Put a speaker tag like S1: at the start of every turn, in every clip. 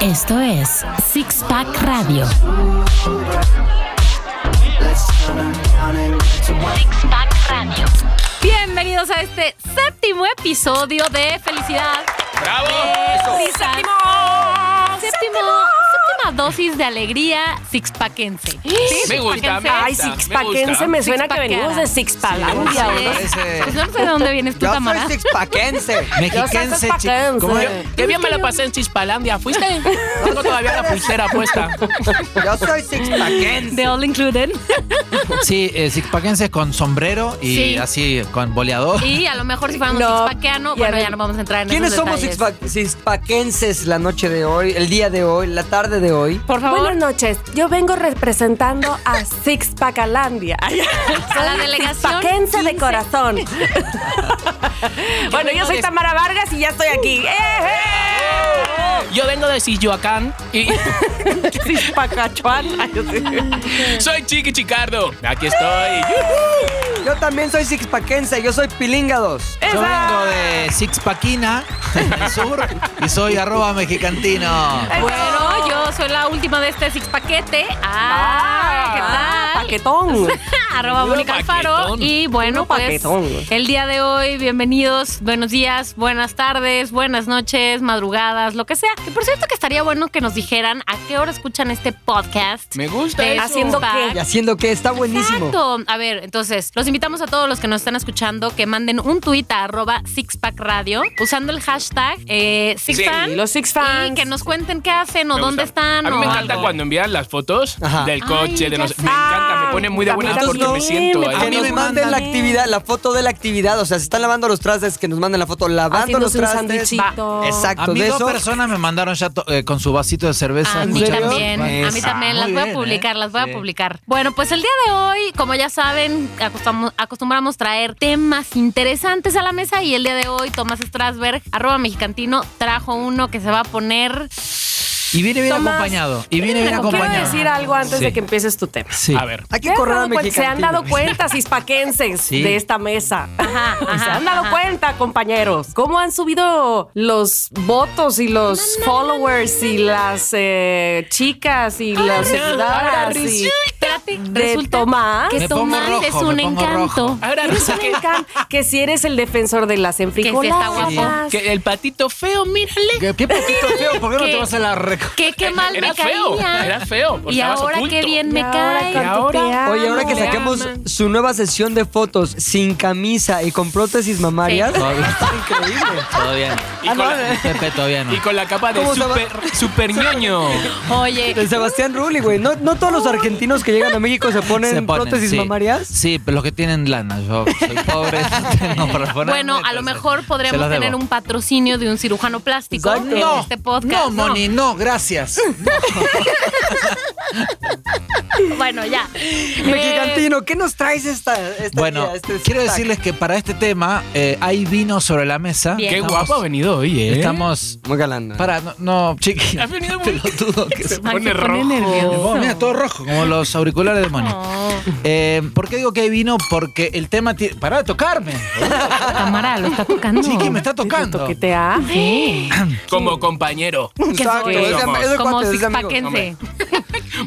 S1: Esto es Six Pack Radio. Six Pack Radio. Bienvenidos a este séptimo episodio de Felicidad.
S2: ¡Bravo!
S1: Felicidad.
S3: ¡Séptimo!
S1: Séptimo- Séptima dosis de alegría sixpackense.
S2: Me gusta, me
S3: Ay,
S2: gusta,
S3: Sixpackense, me, suena que venimos de Sixpalandia. ¿verdad?
S1: Pues no sé de dónde vienes tú,
S4: Yo soy
S1: cámara.
S4: sixpackense, mexiquense,
S3: sixpackense.
S4: chico. ¿Cómo
S3: Yo-
S4: yo?
S2: ¿Qué bien me la pasé en Chispalandia? ¿Fuiste? Tengo todavía la pulsera puesta.
S4: Yo soy sixpackense.
S1: De All Included.
S5: Sí, eh, sixpackense con sombrero y
S1: Sí.
S5: así con boleador.
S1: Y a lo mejor si fuéramos
S3: No.
S1: sixpackeano,
S3: Y
S1: bueno,
S3: adem-
S1: ya no vamos a entrar en
S4: ¿Quiénes
S1: esos
S4: somos
S1: detalles.
S4: sixpa- sixpackenses la noche de hoy, el día de hoy, la tarde de hoy?
S1: Por favor.
S3: Buenas noches, yo vengo representando a Sixpacalandia.
S1: A la delegación
S3: Sixpaquense
S1: 15.
S3: de corazón. bueno, yo
S1: vengo
S3: soy
S1: de-
S3: Tamara Vargas y ya estoy aquí. ¡Eh,
S2: Yo vengo de Silloacán y
S3: eh! Sixpacachuan. Ay, yo sí.
S2: soy Chiqui Chicardo. Aquí estoy.
S4: Yo también soy sixpackense, yo soy pilíngados.
S5: Yo
S3: ¡Esa!
S5: vengo de Sixpaquina, del sur, y soy arroba mexicantino.
S1: Bueno, yo soy la última de este six paquete.
S3: Ah,
S1: Ah, ¿qué tal?
S3: Paquetón.
S1: Arroba
S2: Puro
S1: Mónica Alfaro.
S2: paquetón.
S1: Y bueno,
S3: Puro
S1: pues
S3: paquetón.
S1: el día de hoy, bienvenidos, buenos días, buenas tardes, buenas noches, madrugadas, lo que sea. Que por cierto que estaría bueno que nos dijeran a qué hora escuchan este podcast.
S2: Me gusta
S1: de
S2: eso.
S3: Haciendo
S1: Six Pack.
S4: ¿Y haciendo qué? Está buenísimo.
S1: Exacto. A ver, entonces, los invitamos a todos los que nos están escuchando que manden un tuit a arroba sixpackradio usando el hashtag eh, sixfan
S3: Y los Sixfans.
S1: y que nos cuenten qué hacen o
S2: Me
S1: dónde
S2: gusta.
S1: están
S2: A mí
S1: o
S2: me encanta
S1: algo.
S2: cuando envían las fotos
S4: Ajá.
S2: del
S1: Ah, Ay,
S2: coche. de
S1: ya
S2: los-
S1: sé.
S2: Me encanta, me pone muy de buena
S3: También,
S2: porque me
S3: sí,
S2: siento
S3: me
S2: ahí.
S3: pone-
S4: Que
S5: mí
S4: nos
S5: me
S4: manden
S5: mandan.
S4: la actividad, la foto de la actividad. O sea, se están lavando los trastes, que nos manden la foto lavando los
S3: Haciéndose un
S4: trastes.
S3: sanduichito.
S4: Va. Exacto,
S5: A mí
S4: de
S5: dos
S4: eso.
S5: personas me mandaron ya to- eh, con su vasito de cerveza.
S1: Ah, A mí
S4: ¿En
S5: Muchas
S4: serio?
S1: también, a mí
S5: Esa,
S1: también. Las
S5: Pues, muy
S1: voy a
S5: bien,
S1: publicar,
S5: ¿eh?
S1: las voy
S5: Sí.
S1: a publicar. Bueno, pues el día de hoy, como ya saben, acostumbramos, acostumbramos traer temas interesantes a la mesa y el día de hoy Tomás Strasberg, arroba mexicantino, trajo uno que se va a poner...
S5: Y viene bien
S3: Tomás,
S5: acompañado. Y viene bien
S3: Quiero
S5: acompañado.
S3: decir algo antes
S5: Sí.
S3: de que empieces tu tema.
S5: Sí.
S2: A ver.
S4: Hay
S3: ¿Se
S4: que
S3: han
S4: correr
S3: dado
S4: a
S3: cuen- se han dado
S4: Mexicantino.
S3: cuenta, cispaquenses,
S5: Sí.
S3: de esta mesa.
S1: Ajá,
S3: se
S1: ajá,
S3: han dado
S1: ajá.
S3: cuenta, compañeros, cómo han subido los votos y los followers y las eh, chicas y las seguidoras y
S1: Espérate,
S3: de
S1: resulta
S3: Tomás.
S1: que
S5: Me pongo
S1: Tomás
S5: rojo,
S1: es un
S5: me pongo rojo.
S1: encanto.
S2: Ahora resulta
S3: Pues Me
S2: que,
S3: encanta que si eres el defensor de las
S1: está
S3: enfrijoladas.
S1: guapo.
S2: que el patito feo, mírale.
S5: ¿Qué, qué patito feo? ¿Por qué no
S1: ¿Qué?
S5: te vas a la reco?
S1: Que qué mal
S2: Eh, Era
S1: me caía.
S2: feo, era feo, porque
S1: Y
S2: estabas
S1: ahora qué
S2: oculto.
S1: bien me
S3: Y ahora
S1: cae.
S3: con tu
S2: ahora-
S3: te
S4: Oye, ahora
S1: Ah,
S3: amo.
S4: que sacamos
S2: Llaman.
S4: su nueva sesión de fotos sin camisa y con prótesis mamarias,
S1: Sí.
S5: Todavía,
S4: increíble.
S5: todavía
S2: Y
S5: no.
S2: con la-
S5: Pepe, todavía no.
S2: Y con la capa de
S4: ¿Cómo se llama?
S2: super, super ñoño.
S1: Oye,
S4: El Sebastián Rulli, güey. No, no todos los argentinos que llegan a México se ponen,
S5: Se ponen,
S4: prótesis
S5: sí.
S4: mamarias.
S5: Sí, pero los que tienen lana. Yo soy pobre, este, no tengo para ponerme,
S1: Bueno, a lo
S5: entonces,
S1: mejor
S5: se
S1: podríamos
S5: los debo.
S1: tener un patrocinio de un cirujano plástico
S4: Exacto. Este
S1: en
S5: No,
S1: este podcast.
S5: no, Moni, no, gracias.
S1: Bueno, ya. Eh,
S4: Mexicantino, ¿qué nos traes esta, esta
S5: Bueno,
S4: día, este
S5: quiero
S4: stack?
S5: decirles que para este tema eh, hay vino sobre la mesa.
S1: Bien.
S2: Qué
S5: Estamos-
S2: guapo ha venido hoy, ¿eh?
S5: Estamos.
S4: Muy galán.
S5: Para, no, no chiqui.
S2: Ha venido muy-
S5: Te lo dudo que
S2: Se
S5: se
S1: Eh, ay,
S2: pone
S1: se pone
S2: rojo.
S1: nervioso.
S5: Mira, todo rojo, como los auriculares de Moni.
S1: No,
S5: Eh, ¿Por qué digo que hay vino? Porque el tema tiene. ¡Para de tocarme!
S1: Tamara lo está tocando.
S5: Chiqui me está
S3: Te
S5: tocando.
S3: toquetea.
S2: Como compañero.
S4: Exacto,
S1: soy?
S4: es de-
S2: Somos.
S4: es de
S1: Como
S4: cuates, es de amigos.
S1: sixpackense.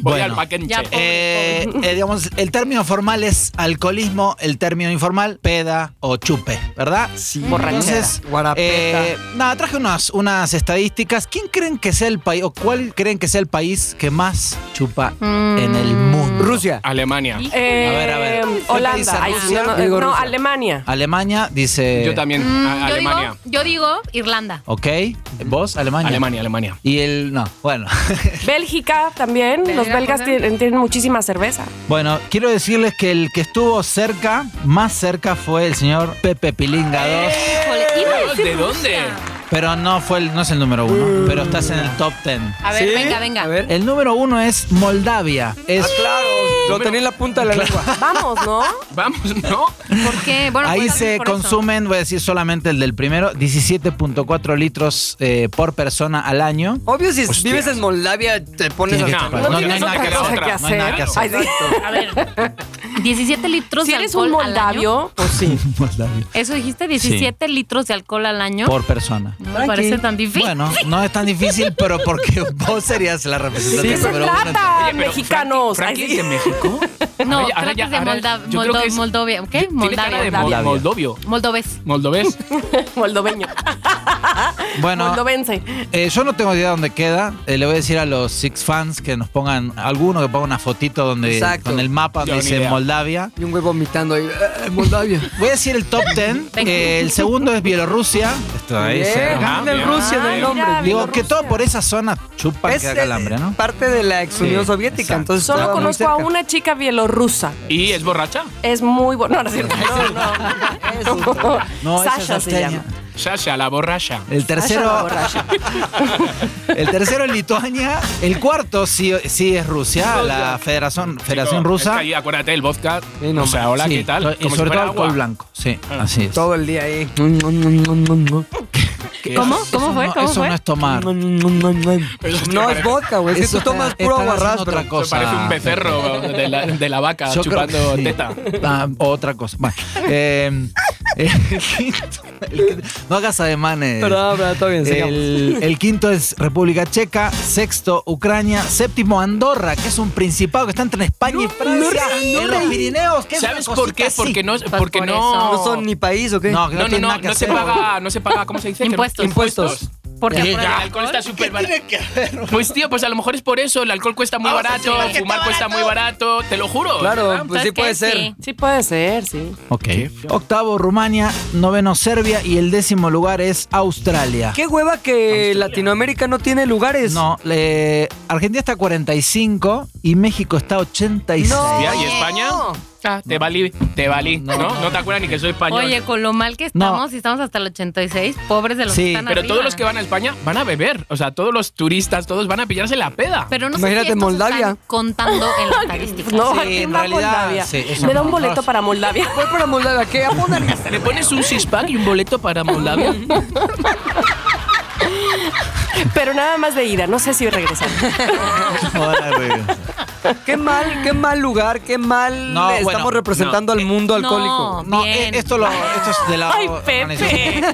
S2: Voy
S5: Bueno.
S2: al paquenche.
S1: Ya, pues.
S2: Eh,
S5: Eh, eh, digamos, el término formal es alcoholismo, el término informal, peda o chupe, ¿verdad?
S4: Sí.
S5: Entonces,
S4: guarapeta.
S5: eh, nada, traje unas, unas estadísticas. ¿Quién creen que sea el país o cuál creen que sea el país que más chupa
S1: Mm.
S5: en el mundo?
S4: Rusia.
S2: Alemania.
S1: Y-
S3: Eh,
S5: A ver, a ver. ¿Qué
S3: Holanda.
S5: país
S3: Ay,
S5: es
S3: no,
S5: Rusia?
S3: no,
S4: Yo digo
S3: no,
S4: Rusia.
S3: Alemania.
S5: Alemania dice.
S2: Yo también.
S1: Mm,
S2: a-
S1: yo,
S2: Alemania.
S1: digo, yo digo Irlanda.
S5: Ok. ¿Vos? Alemania.
S2: Alemania, Alemania.
S5: Y el. No, bueno.
S3: Bélgica también. Los
S1: Bélgica,
S3: belgas
S1: Holanda.
S3: tienen, tienen muchísima cerveza.
S5: bueno, quiero decirles que el que estuvo cerca, más cerca, fue el señor Pepe Pilinga 2.
S1: Híjole, iba a decir
S2: ¿De dónde?
S1: Rusia.
S5: Pero no fue el, no es el número uno, pero estás en el top ten.
S1: A ver,
S4: ¿Sí?
S1: venga, venga.
S4: A ver.
S5: El número uno es Moldavia. Es,
S4: Ah, claro, lo tenía en la punta de la lengua.
S3: Vamos, ¿no?
S2: Vamos, ¿no?
S1: ¿Por qué? Bueno,
S5: ahí
S1: pues,
S5: se
S1: por eso.
S5: consumen, voy a decir solamente el del primero, 17.4 litros eh, por persona al año.
S4: Obvio, si
S5: Hostias.
S4: vives en en Moldavia, te pones
S5: Tiene
S4: a
S5: que
S2: No,
S5: chupar.
S2: no
S5: Pues No, no hay
S2: tienes
S5: nada
S2: otra
S5: que
S2: cosa
S5: hacer.
S2: que
S5: No hay nada que
S3: hacer.
S5: hacer.
S3: Ay, sí.
S1: A ver, 17 litros
S3: Si
S1: de
S3: eres un
S1: alcohol al año.
S3: moldavio, pues sí.
S5: Moldavia.
S1: Eso dijiste, 17 litros de alcohol al año.
S5: Por persona.
S1: no me parece tan difícil.
S5: Bueno, no es tan difícil, pero porque vos serías la representante
S3: ¿Qué se
S5: número uno.
S3: trata,
S2: Oye, pero
S3: mexicanos?
S2: Frankie- Frankie
S3: Ay, sí.
S2: es de México?
S1: no,
S2: Oye, ahora
S1: creo que
S2: ya-
S1: es de
S2: ahora
S1: Molda-
S2: yo creo que
S1: Moldo-
S2: es-
S1: Moldovia. ¿Qué?
S2: Tiene cara
S1: Moldavia.
S2: de mol-
S5: Moldavia.
S2: moldovio.
S1: Moldovés.
S2: ¿Moldovés?
S3: Moldoveño.
S5: Bueno,
S3: Moldovense.
S5: eh, yo no tengo idea dónde queda. Eh, le voy a decir a los Six fans que nos pongan, alguno que ponga una fotito donde
S4: Exacto.
S5: con el mapa donde
S2: Yo ni
S5: dice
S2: idea.
S5: Moldavia.
S4: Y un güey vomitando ahí. "Eh, Moldavia.
S5: Voy a decir el top 10.
S1: Venga.
S5: Eh, el segundo es Bielorrusia. Está ahí
S4: Bien,
S5: cerca.
S2: bien.
S4: en Rusia,
S3: Ah,
S4: del
S3: mira,
S4: nombre.
S5: Digo, que
S3: Bielorrusia.
S5: todo por esa zona chupa que haga el hambre, ¿no?
S4: parte de la ex Unión
S5: Sí,
S4: Soviética,
S5: exacto.
S4: entonces
S3: Solo
S4: estaba muy
S3: conozco a
S4: cerca.
S3: una chica bielorrusa.
S2: ¿Y es borracha?
S3: Es muy buena. No, no es cierto. No, no.
S5: No, esa
S3: Sasha
S5: es
S3: se
S5: Austenia.
S3: llama.
S2: Sasha, la borracha.
S3: Sasha
S5: El
S3: la
S5: tercero,
S3: borracha.
S5: el tercero es Lituania. El cuarto sí, sí es Rusia, la Federación, Federación
S2: Chico,
S5: Rusa.
S2: es que ahí, acuérdate, el vodka.
S4: Sí, no
S2: o sea, hola,
S5: Sí,
S2: ¿qué tal?
S5: Y
S2: si
S5: sobre todo
S2: fuera agua. Ah.
S5: alcohol blanco. Sí, así es.
S4: Todo el día ahí. No
S5: ¿Qué
S1: ¿Cómo?
S5: es?
S1: ¿Cómo
S5: Eso
S1: fue?
S5: no-
S1: ¿Cómo
S5: eso
S1: fue?
S5: no es tomar.
S4: es vodka, güey. Es que
S5: Eso
S4: tú tomas
S5: está-
S4: puro
S5: están haciendo
S4: aguarrás,
S5: otra
S4: pero-
S5: cosa.
S2: Se parece un becerro de la, de la vaca
S5: Yo creo
S2: chupando
S5: que sí.
S2: teta.
S5: Ah, otra cosa. Bueno, eh, el quinto- el quinto- no hagas ademanes.
S4: Pero, pero, todo bien, sigamos.
S5: El, el quinto es República Checa, sexto Ucrania, séptimo Andorra, que es un principado que está entre España y Francia, en los Pirineos. Que es una
S2: ¿Sabes por
S5: cosita
S2: qué?
S5: así.
S2: Porque no, porque
S1: por
S2: no,
S4: ¿No son ni país o qué?
S5: No, que no,
S2: no, no,
S5: tiene
S2: no,
S5: nada que
S2: no se
S5: hacer.
S2: paga, no se paga, ¿cómo se dice?
S1: Impuestos.
S4: Impuestos.
S1: Porque
S2: Sí,
S1: por
S2: ya,
S1: el
S2: el alcohol está súper barato.
S5: Tiene que haber un-
S2: Pues tío, pues a lo mejor es por eso, el alcohol cuesta muy barato, fumar cuesta muy barato, te lo juro.
S4: Claro, pues
S1: ¿Sabes
S4: sí
S1: qué?
S4: puede ser.
S1: Sí.
S3: Sí puede ser, sí.
S5: Ok. Octavo Rumania, noveno Serbia y el décimo lugar es Australia.
S4: Qué hueva que Latinoamérica no tiene lugares.
S5: No, le- Argentina está 45 y México está 86.
S2: Mira, ¿y España? Ah, te valí, te valí, ¿no? No, te acuerdas ni que soy español.
S1: Oye, con lo mal que
S5: No.
S1: estamos, y estamos hasta el 86, pobres de los
S5: Sí.
S1: que están
S2: Pero
S1: arriba.
S2: todos los que van a España van a beber, o sea, todos los turistas, todos van a pillarse la peda.
S1: Pero no
S4: Imagínate
S1: sé si estos
S4: Moldavia.
S1: están contando en la estadística.
S3: Pues No,
S5: Sí,
S3: ¿a quién
S5: en
S3: va
S5: realidad,
S3: Moldavia?
S5: sí, eso
S3: Me da
S5: no
S3: un
S5: pasa.
S3: boleto para Moldavia.
S4: Voy para Moldavia, ¿qué? Apónganme.
S2: ¿Me pones un six-pack y un boleto para Moldavia?
S3: Pero nada más de ida. No sé si regresar.
S4: Qué mal, qué mal lugar, qué mal
S5: No,
S4: estamos
S5: bueno,
S4: representando al mundo alcohólico.
S1: No,
S5: No,
S1: bien.
S5: eh, esto, lo, esto es de la.
S3: Ay, Pepe.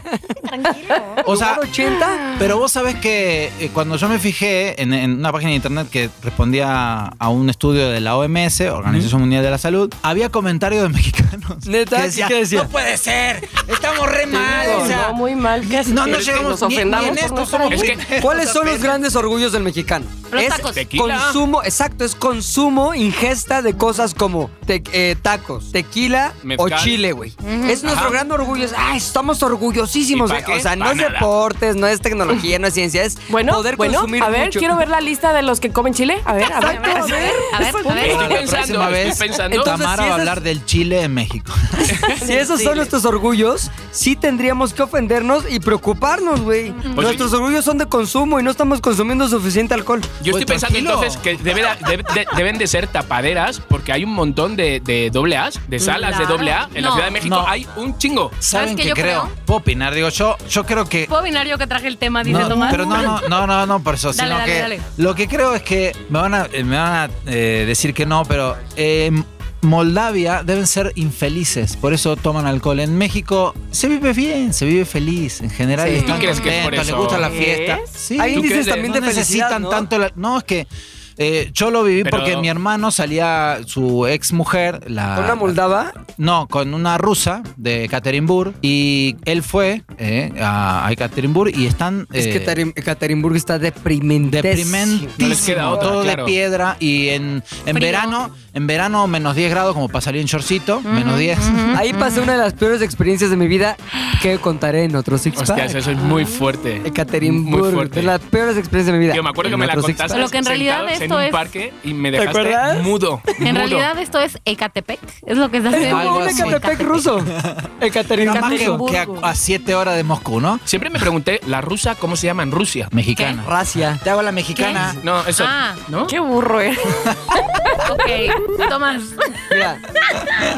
S5: O sea,
S4: ¿Lugar 80?
S5: pero vos sabés que eh, cuando yo me fijé en, en una página de internet que respondía a un estudio de la OMS, Organización Mundial de la Salud, había comentarios de mexicanos.
S4: ¿Neta?
S5: que decían,
S4: ¿Qué decían?
S5: No puede ser, estamos re mal.
S3: No,
S5: o sea,
S3: no, muy mal. ¿Qué haces?
S5: no, no
S3: Que
S5: llegamos
S3: Nos ofendamos.
S5: ni, ni en
S3: por
S5: esto
S3: no
S5: somos
S3: saber.
S2: Es que-
S5: primeros.
S4: ¿Cuáles son los grandes orgullos del mexicano?
S1: Los
S4: es
S1: tacos.
S2: Tequila.
S4: consumo, exacto, es consumo, ingesta de cosas como te- eh, tacos, tequila
S2: Mezcal.
S4: o chile, güey. Es nuestro
S2: Ajá.
S4: gran orgullo, es, ah, estamos orgullosísimos,
S2: ¿Y pa'
S4: güey.
S2: qué?
S4: O sea, no
S2: Pa'
S4: es
S2: nada.
S4: deportes, no es tecnología, no es ciencia, es
S3: Bueno,
S4: poder
S3: bueno,
S4: consumir
S3: a ver,
S4: mucho.
S3: quiero ver la lista de los que comen chile. A ver, a ver,
S1: Exacto,
S3: a ver.
S1: a ver, a ver.
S2: Estoy
S5: La próxima
S2: pensando,
S5: vez,
S2: estoy pensando.
S4: Entonces, si
S5: Tamara va a
S4: ese es-
S5: hablar del Chile en México.
S4: Si esos son nuestros orgullos, sí tendríamos que ofendernos y preocuparnos, güey.
S2: Pues
S4: nuestros orgullos son de consumo y no estamos consumiendo suficiente alcohol.
S2: Yo
S5: Oye,
S2: estoy pensando
S5: Pues tranquilo.
S2: entonces que debe de- debe- de- deben de ser tapaderas porque hay un montón de, de doble A's, de salas de
S1: Claro.
S2: doble A. En la
S1: No.
S2: Ciudad de México
S5: No.
S2: hay un chingo.
S5: ¿Saben
S1: qué
S5: qué
S1: yo
S5: creo?
S1: creo?
S5: Puedo opinar, digo, yo, yo creo que
S1: ¿Puedo opinar yo que traje el tema, dice
S5: No,
S1: Tomás?
S5: Pero no, no, no, no, no, por eso.
S1: Dale,
S5: sino
S1: dale,
S5: que
S1: dale.
S5: Lo que creo es que me van a, eh, me van a eh, decir que no, pero eh, Moldavia deben ser infelices, por eso toman alcohol. En México se vive bien, se vive feliz. En general
S4: Sí.
S5: están
S2: ¿Tú crees que es por
S5: contentos, les
S2: eso?
S5: gusta la
S3: ¿Es?
S5: fiesta. Sí,
S4: Hay
S2: ¿Tú
S4: índices
S2: crees?
S4: también de
S5: no
S4: felicidad,
S5: necesitan
S4: ¿no?
S5: tanto. la- no, es que eh, yo lo viví
S2: Pero-
S5: porque mi hermano salía, su ex mujer, la.
S2: Ah,
S4: ¿Con una moldava?
S5: No, con una rusa de Katerinburg. Y él fue eh, a, a Ekaterinburg y están.
S4: Es
S5: eh,
S4: que Tarim- Ekaterinburgo está deprimente.
S5: deprimentísimo.
S2: No les queda otra,
S5: todo
S2: claro.
S5: de piedra y en, en
S1: Frío.
S5: verano, en verano menos 10 grados como para salir en shortcito, menos 10.
S4: Ahí pasé una de las peores experiencias de mi vida que contaré en otro six
S2: Hostias, eso es muy fuerte. Muy
S4: Ekaterimburgo,
S2: fuerte.
S4: de las peores experiencias de mi vida.
S2: Yo me acuerdo que
S4: En
S2: me la
S4: otro
S2: contaste
S1: Pero que en realidad
S2: sentados en
S1: esto
S2: un
S1: es-
S2: parque y me dejaste
S4: acuerdas?
S2: mudo.
S1: En
S2: mudo.
S1: realidad esto es Ecatepec, es lo que está
S4: Six Pack.
S1: haciendo.
S4: Es como
S5: Algo
S4: un
S5: así.
S4: Ecatepec ruso.
S5: Era más que,
S4: Ekaterimburgo.
S5: que a 7 horas de Moscú, ¿no?
S2: Siempre me pregunté, ¿la rusa cómo se llama en Rusia?
S5: Mexicana.
S4: Racia.
S5: Te hago la mexicana.
S2: No, eso.
S1: Ah.
S2: ¿No?
S3: Qué burro eh. eres.
S1: Ok, Tomás.
S4: Mira,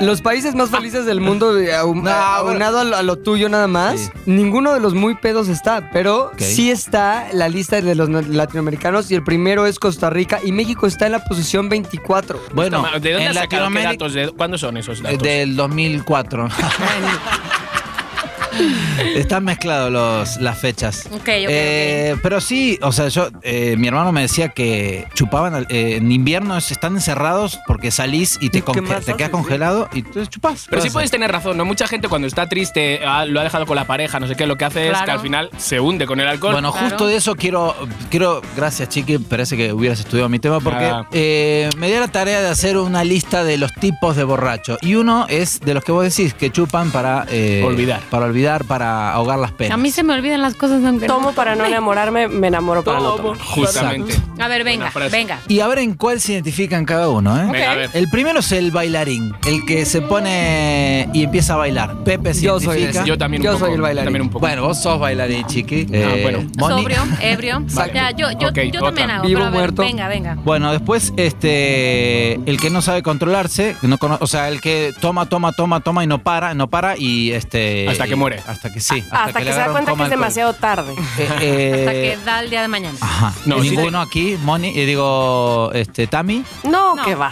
S4: los países más felices del mundo, eh, aun-
S5: No,
S4: aunado a lo, a lo tuyo nada más,
S5: Sí.
S4: ninguno de los muy pedos está, pero sí está la lista de los na- latinoamericanos y el primero es Costa Rica y México está en la posición 24.
S5: Bueno,
S2: Toma, ¿De dónde
S5: en
S2: has sacado qué
S5: Latinoamérica
S2: datos? ¿De- ¿Cuándo son esos
S5: eh,
S2: datos?
S5: del 2004. Están mezclados los, las fechas.
S1: Ok, ok,
S5: Eh, Pero sí, o sea, yo, eh, mi hermano me decía que chupaban, al- eh, en invierno es- están encerrados porque salís y te,
S4: ¿Y qué
S5: conge-
S4: más
S5: te
S4: haces,
S5: quedas congelado y entonces chupás.
S2: Pero sí
S5: Pasa.
S2: puedes tener razón, ¿no? Mucha gente cuando está triste, ah, lo ha dejado con la pareja, no sé qué, lo que hace es que
S1: Claro.
S2: al final se hunde con el alcohol.
S5: Bueno,
S1: Claro.
S5: justo de eso quiero, quiero, gracias Chiqui, parece que hubieras estudiado mi tema porque
S2: Nada.
S5: eh, me dio la tarea de hacer una lista de los tipos de borracho y uno es de los que vos decís que chupan para eh,
S2: Olvidar.
S5: para olvidar, para ahogar las
S1: ok. A
S5: penas.
S1: mí se me olvidan las cosas. aunque no.
S3: Tomo para no enamorarme, me enamoro para no tomar.
S2: Justamente.
S1: A ver, venga,
S2: Buena frase.
S1: venga.
S5: Y a ver en cuál se identifican cada uno, ¿eh?
S2: Venga, a ver.
S5: El primero es el bailarín, el que se pone y empieza a bailar. Pepe se
S4: Yo soy
S5: identifica.
S4: ese.
S2: Yo también
S4: Yo
S2: un poco.
S4: soy el bailarín.
S2: También un poco.
S5: Bueno, vos sos bailarín, chiqui. Eh,
S2: bueno.
S5: Moni-
S1: Sobrio, ebrio.
S4: Vale.
S1: Ya, yo, yo,
S2: Ok,
S1: yo
S2: otra.
S1: también hago.
S4: Vivo,
S1: pero a ver,
S4: muerto.
S1: Venga, venga.
S5: Bueno, después, este, el que no sabe controlarse, que no cono- o sea, el que toma, toma, toma, toma y no para, no para y este.
S2: Hasta que
S5: y-
S2: muere.
S5: Hasta que sí.
S3: Ah, Hasta, que,
S5: le
S3: se da
S5: agarra un
S3: cuenta que
S5: coma
S3: es
S5: alcohólico.
S3: demasiado tarde.
S5: Eh, eh,
S1: Hasta que da el día de mañana.
S5: Ajá.
S2: No, sí
S5: Ninguno aquí, Moni, y digo, este, Tami.
S3: No,
S1: No.
S3: que va.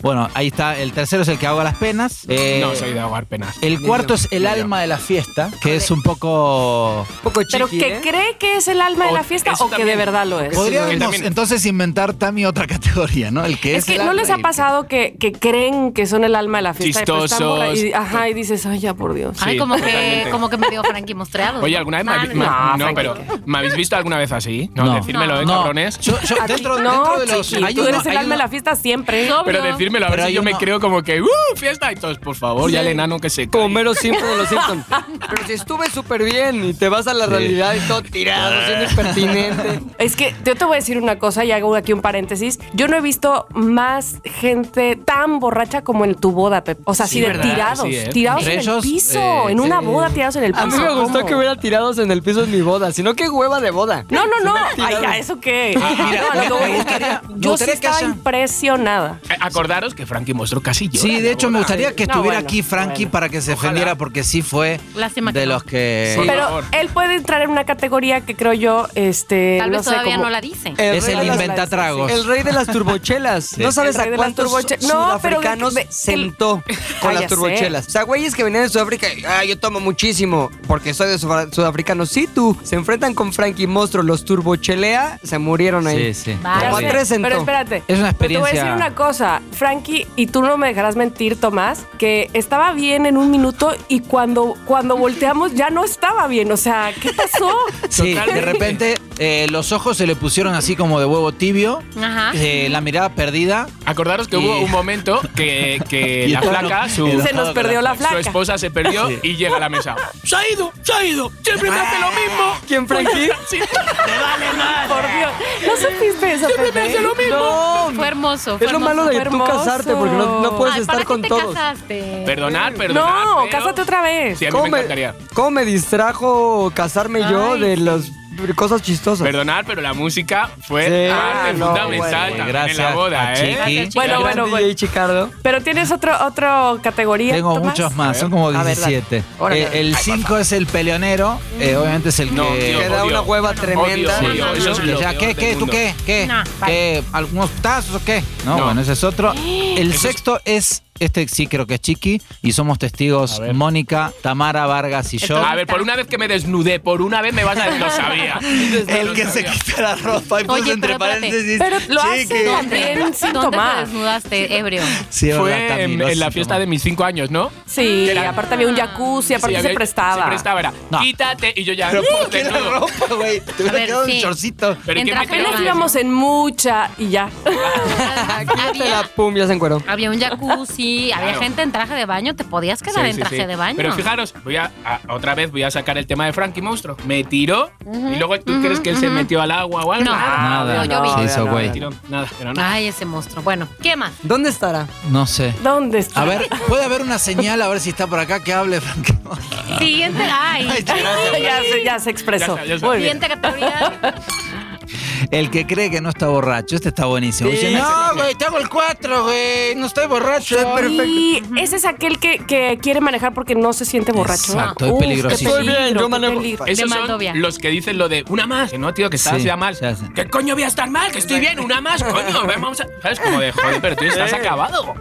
S5: Bueno, ahí está. El tercero es el que ahoga las penas. Eh,
S2: No, soy de ahogar penas.
S5: El cuarto es el
S2: Ni yo.
S5: alma de la fiesta, que es un poco.
S4: Un poco chiqui,
S3: Pero que
S4: ¿eh?
S3: cree que es el alma de
S2: O-
S3: la fiesta
S2: eso
S3: o que de
S2: también.
S3: verdad lo es.
S2: Podría-
S5: Podríamos
S2: que también-
S5: entonces inventar Tami otra categoría, ¿no? El que es.
S3: Es que
S5: el
S3: no les ha
S5: alma y-
S3: pasado que, que creen que son el alma de la fiesta. pero están
S2: Chistosos.
S3: borra- y- ajá, y dices, ay, ya por Dios.
S1: Ay,
S2: Sí,
S1: como que,
S2: totalmente.
S1: como que me dio Frankie mostreado.
S2: Oye, ¿alguna vez me
S1: No,
S2: habéis-
S1: no,
S2: me-
S1: no.
S5: Ah,
S3: no,
S2: no, pero ¿me habéis visto alguna vez así? No,
S5: No.
S2: decírmelo, ¿eh,
S5: No.
S2: cabrones?
S5: Yo, yo,
S3: A ti-
S5: Ah, dentro,
S3: no,
S5: dentro de los.
S3: chiqui,
S5: hay
S3: tú
S5: uno-
S3: eres el
S5: hay
S3: alma de
S5: uno-
S3: la fiesta siempre.
S1: Sobrio.
S2: Pero decírmelo, a ver
S5: Pero
S2: si
S5: hay
S2: yo me
S5: uno-
S2: creo como que ¡uh! Fiesta y todos, por favor, ya el enano que se
S4: Como
S2: cae.
S4: Homero Simpson de los Simpsons. Pero si estuve súper bien y te vas a la realidad y todo
S3: Ah.
S4: tirado, siendo impertinente.
S3: Es que yo te voy a decir una cosa y hago aquí un paréntesis. Yo no he visto más gente tan borracha como en tu boda, Pepe. O sea,
S2: Sí,
S3: así de
S2: ¿verdad?
S3: tirados.
S2: Sí, ¿eh?
S3: Tirados
S5: Entre
S3: en
S5: ellos,
S3: el piso.
S5: eh,
S3: en una
S5: sí.
S3: boda tirados en el piso.
S4: A mí me gustó
S3: ¿cómo?
S4: que hubiera tirados en el piso en mi boda, sino que hueva de boda.
S3: No, no, no. Ay, ¿a eso qué?
S5: mira,
S3: No, lo que voy
S5: me
S3: es que
S5: gustaría- me
S3: yo sí
S5: gustaría que
S3: estaba
S5: haya-
S3: impresionada.
S2: Eh, Acordaros que Frankie mostró casi yo.
S5: Sí, de hecho me gustaría que
S3: No,
S5: estuviera
S3: bueno,
S5: aquí Frankie
S3: bueno.
S5: para que se defendiera porque sí fue
S1: Lástima que
S5: de
S1: no.
S5: los que
S2: Sí. Por
S3: Pero
S2: favor.
S3: él puede entrar en una categoría que creo yo, este.
S1: Tal vez
S3: no sé,
S1: todavía
S3: como-
S1: no la dice.
S5: es
S4: rey
S5: el
S4: de las-
S5: inventatragos.
S4: El rey de las turbochelas. No
S3: El
S4: sabes
S3: rey
S4: a
S3: de las
S4: cuántos
S3: turboche- No,
S4: sudafricanos
S3: pero de- de-
S4: sentó con
S3: Ah,
S4: las
S3: ya sé.
S4: turbochelas. O sea, güeyes que venían de Sudáfrica, y, ah, yo tomo muchísimo porque soy de sudaf- sudafricano. Sí, tú, se enfrentan con Frankie Monstruo, los turbochelea, se murieron ahí.
S5: Sí, sí.
S1: Vaya.
S4: Como a
S1: Sí.
S4: tres sentó.
S3: Pero espérate.
S5: Es una
S3: Pero te voy a decir
S5: experiencia-
S3: una cosa, Frankie, y tú no me dejarás mentir, Tomás, que estaba bien en un minuto y cuando, cuando volteamos ya no estaba bien. O sea, ¿qué pasó?
S5: Sí, de
S2: Totalmente.
S5: repente eh, los ojos se le pusieron así como de huevo tibio,
S1: Ajá.
S5: eh, la mirada perdida.
S2: Acordaros que
S5: Y-
S2: hubo un momento que, que
S5: Y
S2: la
S5: todo lo-
S2: flaca, su,
S5: el-
S3: Se nos perdió la
S2: su
S3: flaca.
S2: esposa se perdió y llega a la mesa. ¡Se ha ido! ¡Se ha ido! ¡Siempre me hace lo mismo!
S4: ¿Quién, Frankie?
S2: Sí. ¡Me vale más!
S3: Por Dios. No supiste eso,
S2: ¡Me
S3: Pepe.
S2: hace lo mismo!
S4: No,
S1: Fue hermoso. fue
S4: es lo
S1: hermoso.
S4: malo de
S3: fue
S4: tú casarte porque no, no
S3: hermoso.
S4: puedes
S1: Ay,
S4: estar
S1: ¿para
S4: con
S1: qué te
S4: todos.
S1: casaste?
S2: Perdonar, perdonar.
S3: No,
S2: pero-
S3: cásate otra vez.
S2: Sí, a mí
S4: ¿Cómo
S2: me encantaría.
S4: cómo me distrajo casarme yo
S1: Ay,
S4: de
S1: sí.
S4: las cosas chistosas?
S2: Perdonar, pero la música fue parte
S4: Sí. Ah, no,
S2: fundamental
S5: bueno.
S2: también en
S5: Gracias
S2: la
S5: a
S2: boda, ¿eh?
S5: Chiqui.
S1: Gracias,
S3: Bueno,
S1: chicos.
S4: Gran
S3: bueno,
S4: DJ Chicardo.
S3: Pero tienes otro, otro categoría.
S5: Tengo
S3: Tomás?
S5: muchos más, son como
S4: A ver, dale.
S5: 17.
S4: Órale,
S5: Eh,
S4: dale.
S5: el 5 es el peleonero, eh, obviamente es el
S2: No,
S5: que...
S2: tío,
S4: Que da
S2: odio.
S4: una hueva tremenda.
S2: Odio,
S1: Sí,
S2: odio, eso es lo
S5: O sea,
S2: peor
S5: ¿qué,
S2: del
S5: qué, tú
S2: mundo.
S5: qué, qué?
S1: No,
S5: ¿Qué? ¿Algunos tazos o qué? No,
S2: No.
S5: bueno, ese es otro. El
S2: es-
S5: sexto es, este sí creo que es Chiqui, y somos testigos
S2: A ver.
S5: Mónica, Tamara, Vargas y yo.
S1: Entonces-
S2: A ver, por una vez que me desnudé, por una vez me vas a decir, lo sabía. Lo sabía.
S5: quita la ropa y
S1: puso Oye, entre pero espérate. paréntesis,
S3: Pero lo hace también sin
S1: ¿Dónde te
S3: tomar.
S1: desnudaste, ebrio?
S2: Fue en, en la fiesta de mis cinco años, ¿no?
S3: Sí, aparte había un jacuzzi,
S2: Sí,
S3: aparte
S2: había-
S3: se prestaba.
S2: Se prestaba, era,
S5: No.
S2: quítate, y yo ya...
S5: Pero ¿por qué la
S2: desnudo.
S5: ropa, güey? Te hubiera
S1: ver,
S5: quedado un
S1: sí.
S5: chorcito.
S2: Pero ¿quién me
S1: Entra-
S2: creó?
S3: Apenas íbamos en mucha y ya.
S4: Te la
S1: había,
S4: pum, ya se encueró.
S1: había un jacuzzi, había
S2: Claro.
S1: gente en traje de baño, te podías quedar
S2: Sí,
S1: en
S2: sí,
S1: traje
S2: sí.
S1: de baño.
S2: Pero fijaros, voy a, a- otra vez voy a sacar el tema de Frankie Monstruo. Me tiró y luego tú
S1: ujú,
S2: crees que él se
S1: ujú.
S2: metió al agua o algo.
S1: No,
S5: Nada,
S1: no, yo vi.
S5: se hizo
S4: no,
S5: güey.
S2: Me tiró, nada, pero nada.
S1: Ay, ese monstruo. Bueno, ¿qué más?
S4: ¿Dónde estará?
S5: No sé.
S3: ¿Dónde está?
S5: A ver, puede haber una señal, a ver si está por acá que hable Frankie.
S2: Ah.
S1: Siguiente. Ay,
S5: Ay,
S3: ya, se, ya se expresó.
S2: Ya está, ya está.
S3: Muy bien.
S1: siguiente categoría.
S5: El que cree que no está borracho, este está buenísimo.
S4: Sí.
S5: Dice, no, güey, te hago el 4, güey, no estoy borracho.
S4: Soy perfecto.
S3: Y ese es aquel que, que quiere manejar porque no se siente borracho.
S5: Exacto, es
S3: Uf, qué
S5: peligrosísimo.
S4: Estoy bien, yo
S3: qué
S4: manejo.
S3: peligro.
S1: Es-
S2: Esos
S1: De
S2: son
S1: Maldovia.
S2: los que dicen lo de una más. Que no, tío, que estabas
S5: Sí,
S2: ya mal.
S5: ya sé.
S2: ¿Qué coño voy a estar mal? Que estoy bien, una más, coño. Vamos a... ¿Sabes? Como de joder, pero tú estás acabado.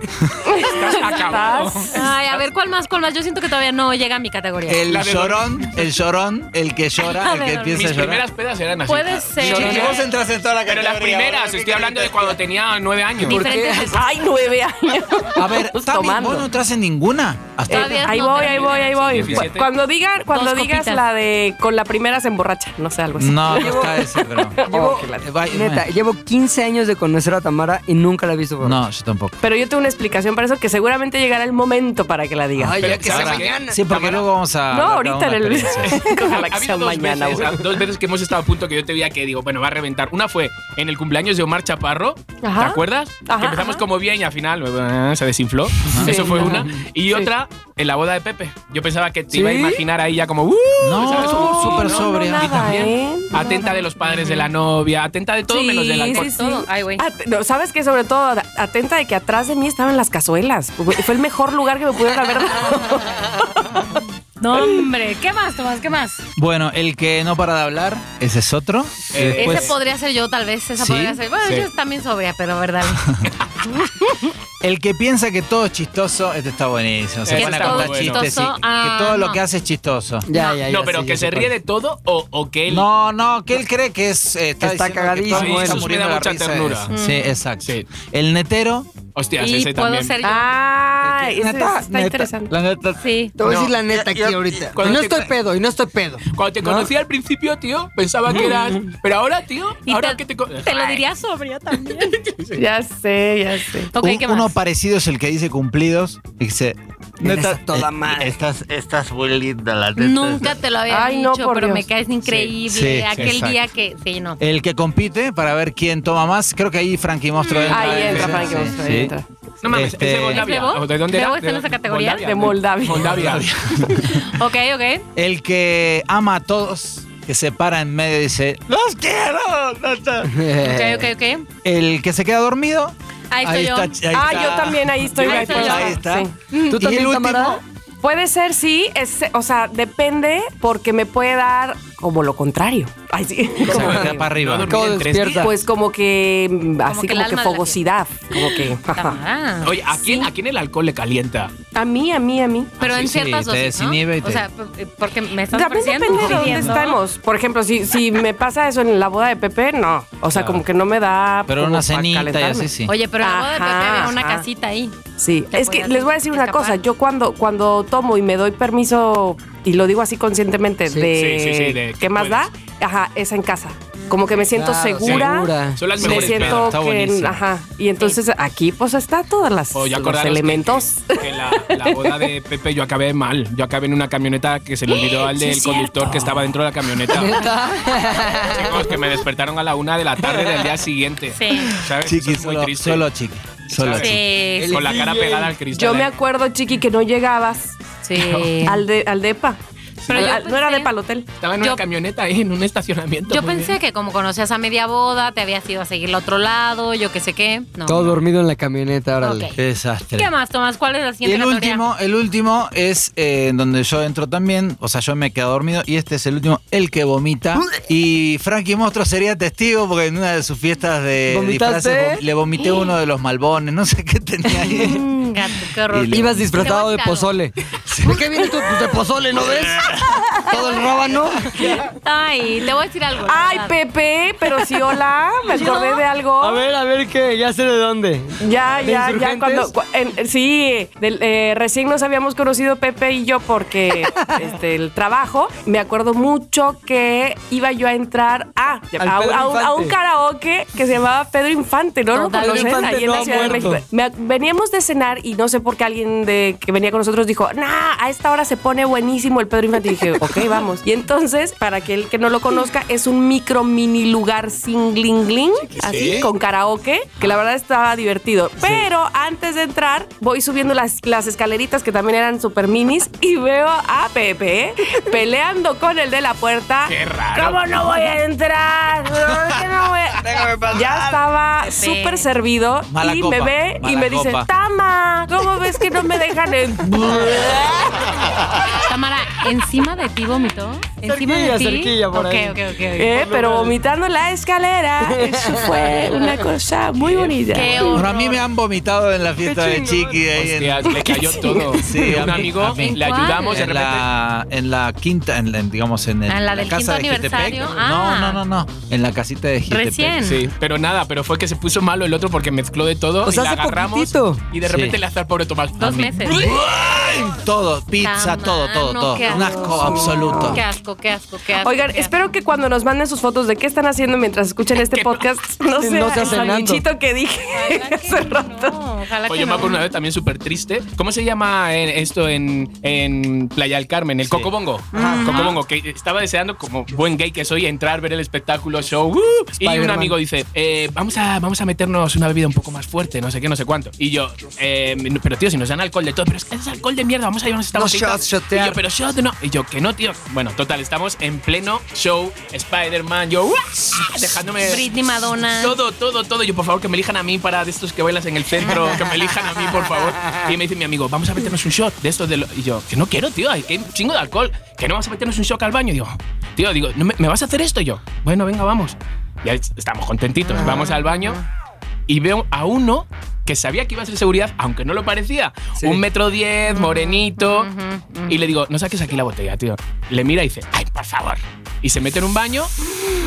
S2: Estás acabado.
S1: Ay, a ver, ¿cuál más? ¿Cuál más? Yo siento que todavía no llega a mi categoría.
S5: El
S2: La de
S5: llorón, el llorón, el que llora, el que
S1: Mis
S5: empieza
S2: Mis
S5: a llorar.
S2: primeras pedas eran así.
S1: Puede ser.
S2: Llorón.
S5: Y vos entras en toda la
S2: Pero las
S5: categoría,
S2: primeras,
S5: boludo,
S2: estoy
S5: ¿qué
S2: hablando de
S5: querés?
S2: cuando tenía nueve años.
S1: Diferentes veces.
S3: Ay, nueve años.
S5: A ver, Tami,
S3: tomando.
S5: vos no entras en ninguna. Hasta
S1: Todavía
S3: ahí
S1: no
S3: voy, ahí
S1: termino.
S3: voy, ahí voy.
S2: 17.
S3: Cuando digan, cuando
S1: Dos
S3: digas
S1: copitas.
S3: la de con la primera se emborracha, no sé, algo así.
S5: No, no está ese, pero.
S4: Llevo,
S3: Oh, qué lata.
S5: Eh, va-
S4: neta,
S5: eh,
S4: llevo 15 años de conocer a Tamara y nunca la he visto borracha.
S5: No, yo tampoco.
S3: Pero yo tengo una explicación para eso que seguramente llegará el momento para que la digas.
S4: Ay, ya
S2: Pero
S4: que sea
S2: Tamara-
S4: mañana.
S5: Sí, porque luego vamos a.
S3: no,
S5: hablar
S3: ahorita
S5: de
S3: en
S5: una
S3: el
S5: experiencia.
S2: Ha,
S3: Ojalá
S2: ha
S3: que sea
S2: habido dos,
S3: mañana,
S2: veces,
S3: güey.
S2: ah, dos veces que hemos estado a punto que yo te veía que digo, bueno, va a reventar. Una fue en el cumpleaños de Omar Chaparro,
S3: Ajá.
S2: ¿te acuerdas?
S3: Ajá,
S2: que empezamos
S3: ajá.
S2: como bien y al final eh, se desinfló. Eso fue
S3: Ajá.
S2: una. Y otra en la boda de Pepe. Yo pensaba que te iba a
S4: ¿Sí?
S2: imaginar ahí ya como, ¡uh! ¿sabes?
S5: No,
S2: Uh,
S5: súper
S2: no,
S5: sobria.
S2: no,
S3: nada,
S2: y también
S3: ¿eh?
S2: Atenta de los padres de la novia, atenta de todo menos del alcohol.
S1: Todo. Ay, güey.
S3: At- no, ¿Sabes qué? Sobre todo, at- atenta de que atrás de mí estaban las cazuelas. Fue el mejor lugar que me pudieron haber dado.
S1: No, hombre. ¿Qué más, Tomás? ¿Qué más?
S5: Bueno, el que no para de hablar, ese es otro. Y
S2: Eh,
S5: después-
S1: Ese podría ser yo, tal vez. Esa
S5: Pues, ¿Sí?
S1: podría ser. Bueno,
S2: Sí.
S1: yo también sobria, pero verdad.
S5: El que piensa que todo es chistoso, este está buenísimo. Se
S2: Ese
S5: pone a
S2: está
S5: contar
S2: muy bueno.
S5: chistes. sí,
S1: Chistoso,
S5: que-
S1: ah,
S5: que todo lo
S1: no.
S5: que hace es chistoso.
S4: Ya, ya, ya
S2: No, pero
S4: sé,
S2: que
S4: ya
S2: se
S4: sé
S2: ríe
S4: cuál.
S2: de todo o, o que él.
S5: No, no, que él cree que es. eh, está
S4: Está
S5: diciendo que todo el
S4: cagadísimo,
S5: mundo está
S4: eso.
S5: muriendo
S2: Me da
S5: la
S2: mucha
S5: risa de
S2: ternura.
S5: eso. Sí, exacto.
S2: Sí.
S5: El netero.
S2: Hostias,
S1: y
S2: ese
S1: puedo
S2: también.
S1: ser yo.
S3: Ah, ese está interesante.
S5: La neta.
S1: Sí.
S4: Te voy a
S2: No,
S4: decir la neta aquí
S2: yo-
S4: ahorita.
S2: cuando
S4: no
S2: te-
S4: estoy pedo, y no estoy pedo.
S2: Cuando te
S4: ¿No?
S2: conocí al principio, tío, pensaba que eras. Pero ahora, tío,
S1: Y
S2: ahora
S1: te,
S2: que te. co-
S1: te lo diría sobria también.
S3: Ya sé, ya sé.
S1: Ok,
S5: Un-
S1: ¿qué
S5: uno
S1: más?
S5: parecido es el que dice cumplidos y dice.
S4: Eres toda
S5: eh,
S4: madre.
S5: Estás, estás muy linda, la neta.
S1: Nunca te lo había
S3: Ay, no,
S1: dicho,
S3: por
S1: pero
S3: Dios.
S1: me caes increíble.
S5: Sí, sí,
S1: Aquel
S5: exacto.
S1: día que. Sí, no.
S5: El que compite para ver quién toma más. Creo que ahí Frankie Mostro entra.
S3: Mm, Ahí
S5: ¿eh?
S3: entra
S5: Sí,
S3: Frankie
S5: sí,
S3: Mostro,
S5: sí.
S3: ahí entra.
S2: No mames,
S5: Este-
S2: es de Moldavia.
S1: ¿Es Bebo?
S2: ¿O ¿De dónde
S1: ¿Bebo
S2: era?
S1: está en esa categoría?
S3: De Moldavia.
S2: Moldavia.
S1: Ok, ok.
S5: El que ama a todos, que se para en medio y dice, ¡Los quiero! No está".
S1: Ok, ok, ok.
S5: El que se queda dormido.
S1: Ahí estoy yo.
S5: ahí
S3: ah,
S5: está.
S3: yo también ahí estoy.
S1: Ahí
S3: de
S1: estoy
S3: acuerdo.
S1: yo.
S5: Ahí está.
S3: Sí.
S5: ¿Tú
S4: ¿Tú
S5: también,
S4: también,
S5: el último?
S4: Tamara?
S3: Puede ser, sí. es- o sea, depende porque me puede dar como lo contrario. Ay, sí.
S5: Se
S3: Como
S5: va
S3: que-
S5: para arriba.
S2: dormí
S4: Acabo de
S2: en tres días.
S4: despierta.
S3: pues como que mm,
S1: que el
S3: así como que
S1: alma de la
S3: fogosidad. Como que. ajá.
S1: Tamara.
S2: Oye, ¿a quién, ¿a quién el alcohol le calienta? Ah,
S3: A mí, a mí, a mí.
S1: Pero
S5: Sí,
S1: en
S5: sí,
S1: ciertas
S5: te
S1: dosis, ¿no?
S5: desinhibe y te-
S1: O sea, p- porque me estás
S3: También
S1: ofreciendo.
S3: depende de dónde
S1: pidiendo.
S3: estamos. Por ejemplo, si, si me pasa eso en la boda de Pepe, no. O sea,
S5: Claro.
S3: como que no me da.
S5: Pero
S3: como
S5: una
S3: pa'
S5: cenita y
S3: calentarme.
S5: así sí.
S1: Oye, pero en la boda de Pepe
S3: Ajá,
S1: había una
S3: ajá.
S1: casita ahí.
S3: Sí,
S1: Te
S3: es que
S1: puedes
S3: les voy a decir una
S1: escapar.
S3: cosa. Yo cuando, cuando tomo y me doy permiso, y lo digo así conscientemente,
S4: Sí.
S3: de,
S2: Sí, sí, sí, de que
S3: qué más
S2: puedes.
S3: da, ajá, es en casa. Como que me siento
S4: Claro,
S3: segura.
S4: segura.
S2: Son las
S3: Me
S2: mejores
S3: siento
S5: Está
S3: que,
S5: buenísimo.
S3: ajá, y entonces aquí pues está todas las
S2: O ya
S3: los
S2: acordaros que-
S3: elementos.
S2: Que, que la, la boda de Pepe yo acabé mal. Yo acabé en una camioneta que se le olvidó al
S3: Sí,
S2: del
S3: es
S2: conductor
S3: cierto.
S2: que estaba dentro de la camioneta. Chicos, que me despertaron a la una de la tarde del día siguiente.
S1: Sí.
S2: ¿Sabes? Eso
S5: Chiqui,
S2: es muy
S5: solo,
S2: triste.
S5: solo chiqui. Solo
S2: ¿Sabes?
S5: chiqui.
S1: Sí.
S2: Con la cara pegada al cristal.
S3: Yo me acuerdo, Chiqui, que no llegabas
S1: Sí.
S3: al de al depa.
S1: Pero yo pues,
S3: Al- no era
S1: pensé-
S3: de palotel.
S2: Estaba en una
S1: Yo-
S2: camioneta ahí, en un estacionamiento.
S1: Yo
S2: muy
S1: pensé que como conocías a media boda, te habías ido a seguir al otro lado, yo qué sé qué. No.
S4: Todo dormido en la camioneta, órale.
S1: Ok.
S5: Qué desastre.
S1: ¿Qué más, Tomás? ¿Cuál es la
S5: Y
S1: siguiente
S5: el
S1: categoría?
S5: último, el último es eh, en donde yo entro también, o sea, yo me quedo dormido y este es el último, el que vomita. Y Frankie Mostro sería testigo porque en una de sus fiestas de
S4: ¿Vomitaste?
S5: disfraces vom- le vomité uno de los malbones, no sé qué tenía ahí.
S1: Mm, gato, qué horror.
S5: Y le-
S4: Ibas disfrazado de
S1: Te voy a decir algo.
S4: pozole. ¿De qué viene tú? Pues de pozole, ¿no ves? Todo el rábano.
S1: Ay, te voy a decir algo. la
S3: Ay,
S1: verdad.
S3: Pepe, pero sí, hola, me acordé de algo.
S4: A ver, a ver qué, ya sé de dónde.
S3: Ya, ya,
S4: ¿De
S3: ya.
S4: insurgentes?
S3: Cuando, cu- en- eh, sí, del, eh, recién nos habíamos conocido Pepe y yo porque este, el trabajo. Me acuerdo mucho que iba yo a entrar a, a,
S4: Al Pedro
S3: a un, a un
S4: Infante.
S3: karaoke que se llamaba Pedro Infante, ¿no? ¿Lo
S1: Total.
S3: conocen?
S4: Pedro Infante
S3: Ahí en
S4: no
S3: la
S4: ha
S3: Ciudad de
S4: muerto.
S3: México. Me ac- veníamos de cenar y no sé por qué alguien de, que venía con nosotros dijo, nah, a esta hora se pone buenísimo el Pedro Infante. Y dije, ok, ok, vamos. Y entonces, para que el que no lo conozca, es un micro mini lugar singlingling, así, con karaoke, que la verdad estaba divertido. Pero antes de entrar, voy subiendo las, las escaleritas que también eran super minis y veo a Pepe ¿eh? peleando con el de la puerta.
S2: Qué raro.
S3: ¿Cómo no voy a entrar? ¿Por qué no voy a- Ya estaba súper servido
S5: Mala
S3: y
S5: copa,
S3: me ve y
S5: mala
S3: me dice,
S5: copa.
S3: Tama, ¿cómo ves que no me dejan en...
S1: Tamara, ¿encima de ti vomitó? ¿Encima
S4: Cerquilla,
S1: de ti?
S4: cerquilla por
S1: Ok,
S4: ahí.
S1: ok, ok.
S3: Eh, pero vomitando en la escalera, eso fue una cosa muy bonita.
S1: Qué
S5: Bueno, a
S1: horror.
S5: mí me han vomitado en la fiesta de Chiqui. ahí en-
S2: Hostia, le cayó todo.
S5: Sí, a
S2: un
S5: mí,
S2: amigo
S5: a mí.
S2: le
S1: ¿En cuál?
S2: ayudamos y de
S5: en la, en la quinta, en la- en, digamos, en, el-
S1: Ah, la
S5: la
S1: del
S5: casa de
S1: quinto
S5: Jitepec.
S1: aniversario.
S5: No,
S1: Ah.
S5: no, no, no. En la casita de Jitepec.
S1: Recién.
S2: Sí, pero nada, pero fue que se puso malo el otro porque mezcló de todo
S4: O sea,
S2: y la
S4: Pues hace
S2: agarramos
S4: poquitito.
S2: y de repente
S5: Sí.
S2: le hace al pobre Tomás.
S1: Dos
S5: mí.
S1: meses.
S5: Todo, pizza,
S1: Tamano,
S5: todo, todo, todo.
S1: qué
S5: Un
S1: asco.
S5: asco absoluto.
S1: Qué asco, qué asco, qué asco.
S3: Oigan,
S1: qué asco.
S3: espero que cuando nos manden sus fotos de qué están haciendo mientras escuchan este podcast, no
S4: Sí,
S3: sea
S4: no sea
S3: el
S4: cenando.
S3: salchichito que dije
S1: Ojalá que
S3: hace rato.
S1: no, ojalá
S2: Oye,
S1: que
S2: yo me
S1: no.
S2: acuerdo una vez también súper triste. ¿Cómo se llama eh, esto en, en Playa del Carmen? El
S5: Sí.
S2: Cocobongo. Cocobongo, que estaba deseando, como buen gay que soy, entrar, ver el espectáculo, show. ¡uh! y un
S4: Spider-Man.
S2: amigo dice, eh, vamos, a, vamos a meternos una bebida un poco más fuerte, no sé qué, no sé cuánto. Y yo, eh, no, pero tío, si nos dan alcohol de todo, pero es que es alcohol de mierda, vamos a llevarnos esta
S4: No,
S2: botellita.
S4: shots, shotear.
S2: Y yo, pero shot no. Y yo, que no, tío. Bueno, total, estamos en pleno show, Spider-Man, yo, ¡uh! dejándome...
S1: Britney, Madonna.
S2: Todo, todo, todo. Yo, por favor, que me elijan a mí para de estos que bailas en el centro, que me elijan a mí, por favor. Y me dice mi amigo, vamos a meternos un shot de estos de lo-". Y yo, que no quiero, tío, hay que hay un chingo de alcohol, que no vas a meternos un shot al baño. Y digo, tío, digo, "¿No me, me vas a hacer esto? Y yo, bueno, venga, vamos. Ya es- estamos contentitos,
S1: Ah.
S2: vamos al baño y veo a uno que sabía que iba a ser seguridad, aunque no lo parecía. Un metro diez, morenito. Y le digo, no saques aquí la botella, tío. Le mira y dice, ay, por favor. Y se mete en un baño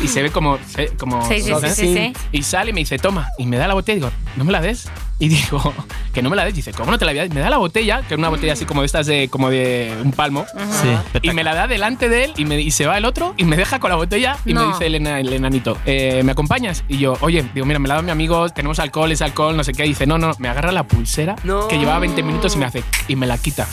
S2: y se ve como... se- como
S1: Sí, sí, sí, sí, sí.
S2: y sale y me dice, toma. Y me da la botella y digo, ¿no me la des? Y digo, que no me la des. Dice, ¿cómo no te la voy a dar? Me da la botella, que era una botella así como de estas de, como de un palmo.
S5: Sí,
S2: Y me la da delante de él y, me, y se va el otro y me deja con la botella y
S1: No.
S2: me dice el, ena- el enanito, "Eh, ¿me acompañas? Y yo, oye, digo, mira, me la da mi amigo, tenemos alcohol, es alcohol, no sé qué. Y dice, no, no, me agarra la pulsera
S4: No. Ah.
S2: que llevaba 20 minutos y me hace y me la quita.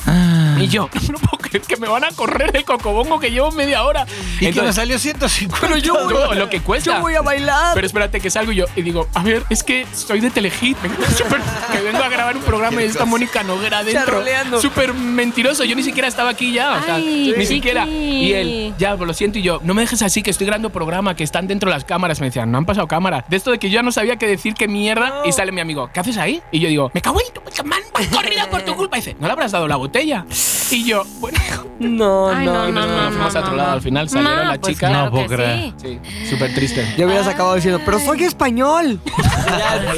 S2: Y yo, no puedo creer que me van a correr el cocobongo que llevo media hora.
S5: Y que me
S2: Entonces,
S5: salió 150.
S4: Pero yo voy,
S2: todo lo que cuesta.
S4: yo voy a bailar.
S2: Pero espérate que salgo yo y digo, a ver, es que soy de Telehit, vengo súper- que vengo a grabar un programa y está Mónica Noguera dentro.
S4: Charroleando.
S2: Súper mentiroso, yo ni siquiera estaba aquí ya, o sea,
S1: Ay,
S2: ni
S1: sí.
S2: siquiera.
S1: Chiqui.
S2: Y él, ya, pues, lo siento, y yo, no me dejes así, que estoy grabando programa, que están dentro las cámaras. Me decían, no han pasado cámaras. De esto de que yo ya no sabía qué decir, qué mierda, y sale mi amigo, ¿qué haces ahí? Y yo digo, me cago en tu puta man, me has corrido por tu culpa. Y dice, ¿no le habrás dado la botella? Y yo, bueno,
S4: No,
S1: Ay, no, no, no, no,
S2: nos fuimos a otro
S1: no,
S2: lado.
S1: no.
S2: Al final salieron
S1: No,
S2: la
S1: pues
S2: chica.
S1: claro
S5: No puedo
S1: que
S5: creer.
S1: sí.
S2: sí, súper triste.
S4: Ya hubieras acabado diciendo, pero soy español.
S1: Sí,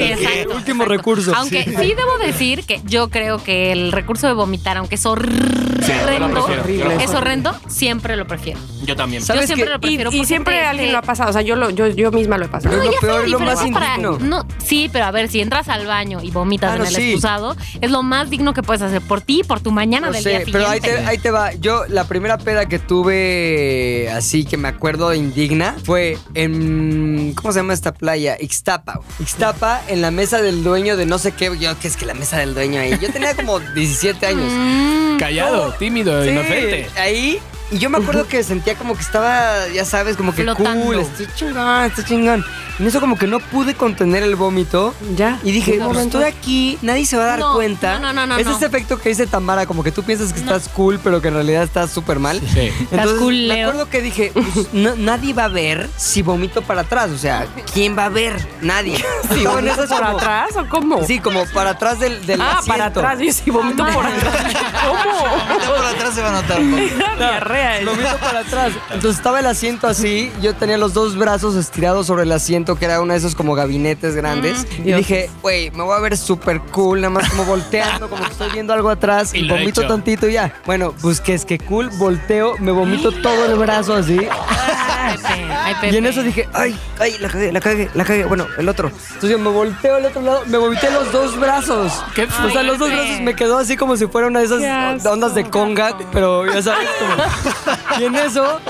S1: exacto, exacto.
S4: Último recurso.
S1: Aunque sí. debo decir que yo creo que el recurso de vomitar, aunque es horrendo,
S2: Sí, yo lo prefiero, yo lo
S1: es horrendo, siempre lo prefiero.
S2: Yo también.
S1: Yo
S4: ¿Sabes
S1: siempre
S4: qué?
S1: lo
S3: Y,
S1: prefiero.
S3: y
S1: porque
S3: siempre
S1: te-
S3: alguien
S1: te-
S3: lo ha pasado, o sea, yo, lo, yo, yo misma lo he pasado.
S4: Pero
S1: No,
S4: es lo
S1: ya
S4: peor,
S1: saben,
S4: lo
S1: pero
S4: más
S1: es para-
S4: indigno.
S1: no, sí, pero a ver, si entras al baño y vomitas
S4: Ah, no,
S1: en el
S4: sí.
S1: excusado, es lo más digno que puedes hacer por ti y por tu mañana
S4: No
S1: del
S4: sé,
S1: día
S4: pero ahí
S1: siguiente.
S4: te, ahí te va. Yo, la primera peda que tuve, así que me acuerdo de indigna, fue en. ¿Cómo se llama esta playa? Ixtapa. güey. Ixtapa, en la mesa del dueño de no sé qué. Yo, que es que la mesa del dueño ahí. Yo tenía como 17 años.
S1: Mm.
S2: Callado, tímido,
S4: Sí,
S2: inocente.
S4: Ahí. Y yo me acuerdo que sentía como que estaba, ya sabes, como que
S1: Flotando.
S4: cool, estoy chingón, estoy chingón. En eso como que no pude contener el vómito.
S3: Ya.
S4: Y dije,
S3: Un
S4: pues
S3: momento.
S4: estoy aquí, nadie se va a dar
S1: No,
S4: cuenta.
S1: no, no, no,
S4: es
S1: no.
S4: ese efecto que dice Tamara, como que tú piensas que estás cool, pero que en realidad estás súper mal.
S2: Sí.
S4: Entonces,
S1: cool,
S4: me
S1: Leo.
S4: acuerdo que dije, pues, no- nadie va a ver si vomito para atrás. O sea, ¿quién va a ver? Nadie. Sí,
S3: ¿Con esas por atrás o cómo?
S4: Sí, como para atrás del, del
S3: ah, para
S4: asiento.
S3: atrás, yo sí vomito por atrás. ¿Cómo?
S5: Por atrás se va a notar.
S3: Diarrea.
S4: Vomito para atrás. Entonces estaba el asiento así, yo tenía los dos brazos estirados sobre el asiento, que era uno de esos como gabinetes grandes. y
S3: Dios.
S4: dije, güey, me voy a ver súper cool, nada más como volteando, como que estoy viendo algo atrás,
S2: Y
S4: y,
S2: lo he
S4: vomito
S2: hecho.
S4: tantito y ya. Bueno, pues que es que cool, volteo, me vomito todo el brazo así.
S1: Ay, Pepe. Ay, Pepe.
S4: Y en eso dije, ay, ay, la cagué, la cagué, la cagué. Bueno, el otro. Entonces yo me volteo al otro lado, me vomité los dos brazos.
S2: ¿Qué?
S4: O sea, los dos
S1: Ay,
S4: brazos
S1: sí.
S4: me quedó así como si fuera una de esas
S3: asco.
S4: ondas de conga, pero ya sabes como. Y en eso,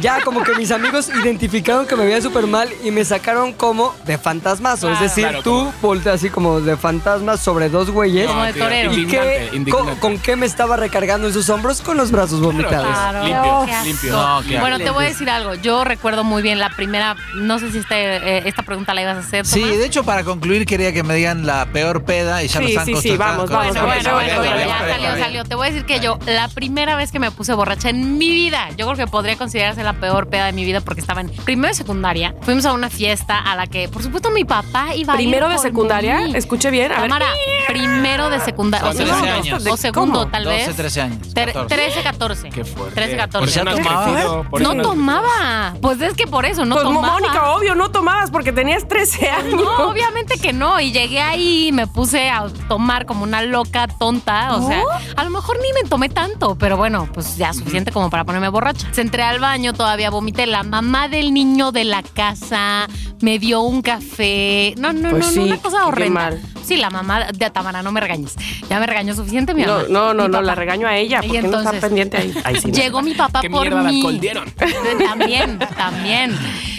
S4: ya como que mis amigos identificaron que me veía súper mal y me sacaron como de fantasmazo. Es
S1: Claro.
S4: decir,
S2: Claro,
S4: tú
S2: como-
S4: volteas así como de fantasma sobre dos güeyes.
S1: Como de
S2: tío,
S1: torero.
S4: ¿Y qué-
S2: Indignante, indignante.
S4: con, con qué me estaba recargando en sus hombros? Con los brazos vomitados.
S1: Claro. Ah.
S2: Limpio,
S1: Qué asco.
S2: limpio.
S5: No, qué
S1: Bueno,
S5: asco.
S1: te voy a decir algo. Yo recuerdo muy bien la primera. No sé si este, eh, esta pregunta la ibas a hacer.
S5: Sí,
S1: Tomás.
S5: de hecho, para concluir, quería que me digan la peor peda y ya
S3: Sí,
S5: lo están
S3: sí, sí,
S5: constatando.
S3: vamos, vamos,
S1: Bueno, bueno, bueno, bueno, ya salió,
S5: bien.
S1: salió. Te voy a decir que yo, la primera vez que me puse borracha en mi vida, yo creo que podría considerarse la peor peda de mi vida porque estaba en primero de secundaria. Fuimos a una fiesta a la que, por supuesto, mi papá iba a ir
S3: Primero de
S1: por
S3: secundaria,
S1: mí.
S3: escuche bien. A ver.
S1: Cámara, primero de secundaria. O,
S2: Son 13
S1: segundo,
S2: años.
S1: o segundo,
S3: ¿Cómo?
S1: tal
S5: 12,
S1: vez.
S5: 13 años.
S1: Ter-
S5: 14.
S1: 13, 14.
S2: Qué fuerte.
S1: 13, 14.
S2: Por eso no has
S5: ¿Tomabas?
S2: crecido, por eso
S1: no
S2: has-
S1: tomaba. Pues es que por eso, no
S3: pues
S1: tomaba.
S3: Mónica, obvio, no tomabas porque tenías 13 años.
S1: No, obviamente que no. Y llegué ahí y me puse a tomar como una loca tonta. O sea, a lo mejor ni me tomé tanto, pero bueno, pues ya suficiente como para ponerme borracha. Se entré al baño, todavía vomité. La mamá del niño de la casa me dio un café. No, no,
S3: Pues
S1: no,
S3: sí,
S1: no, una cosa
S3: qué
S1: horrenda.
S3: mal.
S1: Sí, la mamá de Tamara, no me regañes. Ya me regañó suficiente, mi
S3: No,
S1: amor.
S3: no, no,
S1: Mi
S3: no, la
S1: papá.
S3: regaño a ella
S1: Y
S3: porque no está
S1: entonces-
S3: pendiente ahí. Ay, sí, no.
S1: Llegó mi papá
S2: ¿Qué
S1: por
S2: mierda de
S1: mí.
S2: alcohol dieron?
S1: También, también.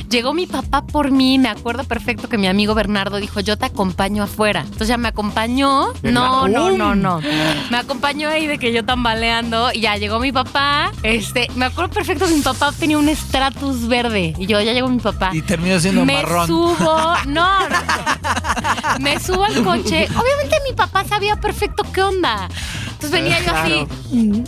S1: Llegó mi papá por mí, me acuerdo perfecto que mi amigo Bernardo dijo, yo te acompaño afuera. Entonces ya me acompañó. No, no, no, no. Me acompañó ahí de que yo tambaleando y ya llegó mi papá. Este, me acuerdo perfecto que mi papá tenía un Stratus verde y yo ya llegó mi papá.
S5: Y terminó siendo
S1: me
S5: marrón.
S1: subo, no, no. me subo al coche. Obviamente mi papá sabía perfecto qué onda. Entonces venía yo así.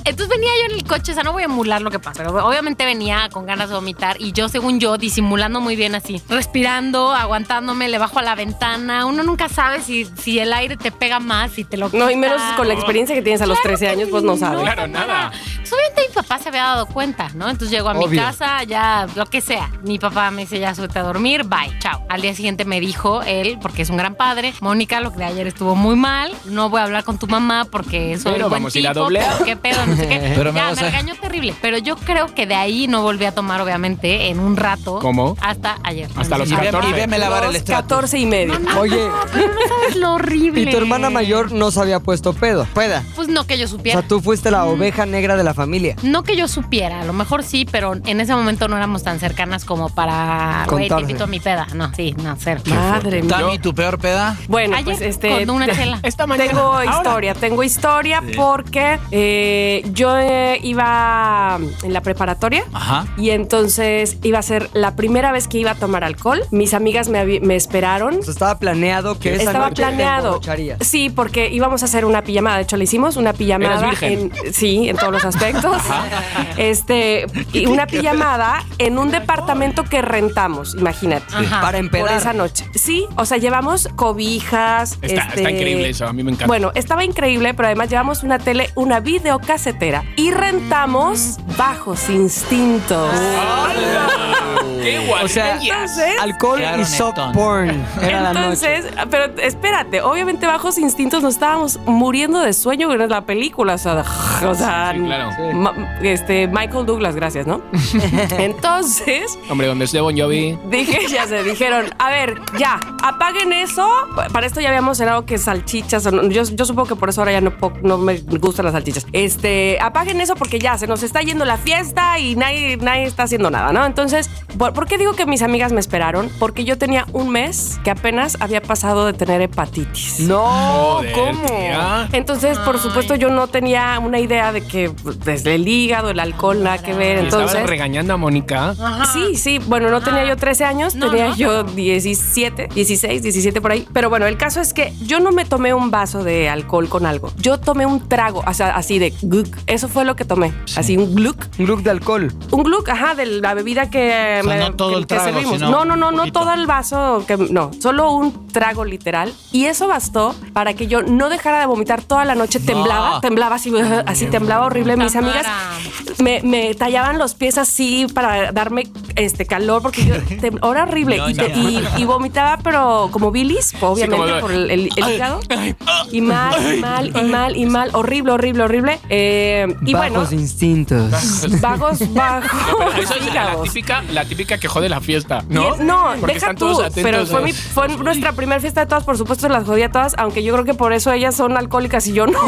S1: Entonces venía yo en el coche, o sea, no voy a emular lo que pasa, pero obviamente venía con ganas de vomitar y yo, según yo, disimulando muy bien así, respirando, aguantándome, le bajo a la ventana. Uno nunca sabe si, si el aire te pega más, si te lo
S3: No, y menos
S1: quita.
S3: con la experiencia que tienes a los 13 años, pues no sabes.
S2: Claro, nada.
S1: Pues, obviamente mi papá se había dado cuenta, ¿no? Entonces llego a mi
S4: Obvio.
S1: casa, ya lo que sea. Mi papá me dice, ya suelta a dormir, bye, chao. Al día siguiente me dijo él, porque es un gran padre, Mónica, lo que de ayer estuvo muy mal, no voy a hablar con tu mamá porque soy
S2: Pero
S1: un buen
S2: vamos a ir a
S1: tipo,
S2: doblear.
S1: pero qué pedo, no sé qué.
S5: Pero me
S1: ya,
S5: vas
S1: me
S5: a-
S1: regañó terrible. Pero yo creo que de ahí no volví a tomar, obviamente, en un rato.
S2: ¿Cómo?
S1: Hasta ayer.
S2: Hasta los
S5: Y ve- Y
S2: 14.
S5: veme lavar el
S3: Los
S5: estrato.
S3: 14 y medio.
S4: Oye,
S1: Pero no sabes lo horrible.
S4: y tu hermana mayor no se había puesto pedo. Peda.
S1: Pues no que yo
S4: O
S1: supiera.
S4: sea, tú fuiste la oveja negra de la familia.
S1: No que yo supiera, a lo mejor sí, pero en ese momento no éramos tan cercanas como para. Güey, te
S4: Contarse.
S1: invito a mi peda. No, sí, no, cero.
S3: Madre
S5: Tami,
S3: mía.
S5: tu peor peda.
S3: Bueno,
S1: Ayer
S3: pues este.
S1: con una chela.
S2: Esta mañana.
S3: Tengo
S2: ahora.
S3: historia, tengo historia porque eh, yo eh, iba en la preparatoria
S5: Ajá.
S3: y entonces iba a ser la primera vez que iba a tomar alcohol. Mis amigas me, avi- me esperaron.
S4: O sea, estaba planeado que esa
S3: Estaba
S4: noche te
S3: planeado.
S4: emborracharías.
S3: Sí, porque íbamos a hacer una pijamada. De hecho, le hicimos una pijamada.
S2: Eras virgen.
S3: En, sí, en todos los aspectos. este, y una pijamada en un departamento que rentamos, imagínate.
S1: Ajá.
S4: Para
S3: Ah, Por esa
S4: empedar.
S3: noche. Sí, o sea, llevamos cobijas.
S2: Está- está
S3: este,
S2: increíble eso, a mí me encanta.
S3: Bueno, estaba increíble, pero además llevamos una tele, una videocasetera y rentamos bajos instintos.
S2: Ah. ¡Hala! ¡Qué guay!
S4: O sea,
S3: Entonces,
S4: Alcohol
S5: Quedaron
S4: y soft
S5: tontos.
S4: porn. Era la noche.
S3: Entonces, pero espérate, obviamente bajos instintos nos estábamos muriendo de sueño con la película, o sea, o sea,
S2: sí, claro.
S3: ma- este Michael Douglas, gracias, ¿no? Entonces,
S2: Hombre, donde esté Bon Jovi.
S3: dije, ya se dijeron, a ver, ya, apaguen eso. Para esto ya habíamos cenado que salchichas, o no- yo, yo supongo que por eso ahora ya no, po- no me gustan las salchichas. Este, apaguen eso porque ya se nos está yendo la fiesta y nadie, nadie está haciendo nada, ¿no? Entonces, ¿por, por qué digo que mis amigas me esperaron? Porque yo tenía un mes que apenas había pasado de tener hepatitis. Oh,
S4: No,
S2: Joder,
S4: ¿cómo?
S2: tía.
S3: Entonces, por supuesto, yo no tenía una idea de que pues, desde el hígado, el alcohol, nada que ver.
S2: Y
S3: Entonces, Ah.
S2: Estaba regañando a Mónica.
S3: Sí, sí, bueno, no tenía yo 13 años,
S1: No,
S3: tenía
S1: no.
S3: yo 17, 16, 17 por ahí. Pero bueno, el caso es que yo no me tomé un vaso de alcohol con algo. Yo tomé un trago, o sea, así de gluk. Eso fue lo que tomé, así un gluk.
S4: Un look de alcohol.
S3: Un gluk, ajá, de la bebida que,
S5: O sea, no todo
S3: que-
S5: el
S3: que
S5: trago,
S3: servimos.
S5: sino
S3: no, no, no,
S5: un
S3: no
S5: poquito.
S3: todo el vaso, que no, solo un trago literal. Y eso bastó para que yo no dejara de vomitar toda la noche. Temblaba, temblaba así, así temblaba horrible. Mis
S1: Tamara.
S3: amigas me, me tallaban los pies así para darme este calor porque yo tem- era horrible
S5: No,
S3: y, te-
S5: no.
S3: y- y vomitaba, pero como bilis, obviamente
S2: como-
S3: por el, el- el
S2: Ay,
S3: hígado.
S2: ay, ah.
S3: Y mal, y mal, y mal, y mal, horrible, horrible, horrible. Eh, y bueno,
S4: Bajos instintos.
S3: vagos, bajos,
S2: Eso es la
S3: hígados.
S2: típica, la típica que jode la fiesta,
S3: Y
S2: ¿no?
S3: es- no,
S2: Porque
S3: deja
S2: están
S3: tú.
S2: todos atentos.
S3: Pero fue,
S2: a-
S3: mi- fue nuestra primera fiesta de todas, por supuesto las jodía todas, aunque yo creo que por eso ellas son alcohólicas y yo no.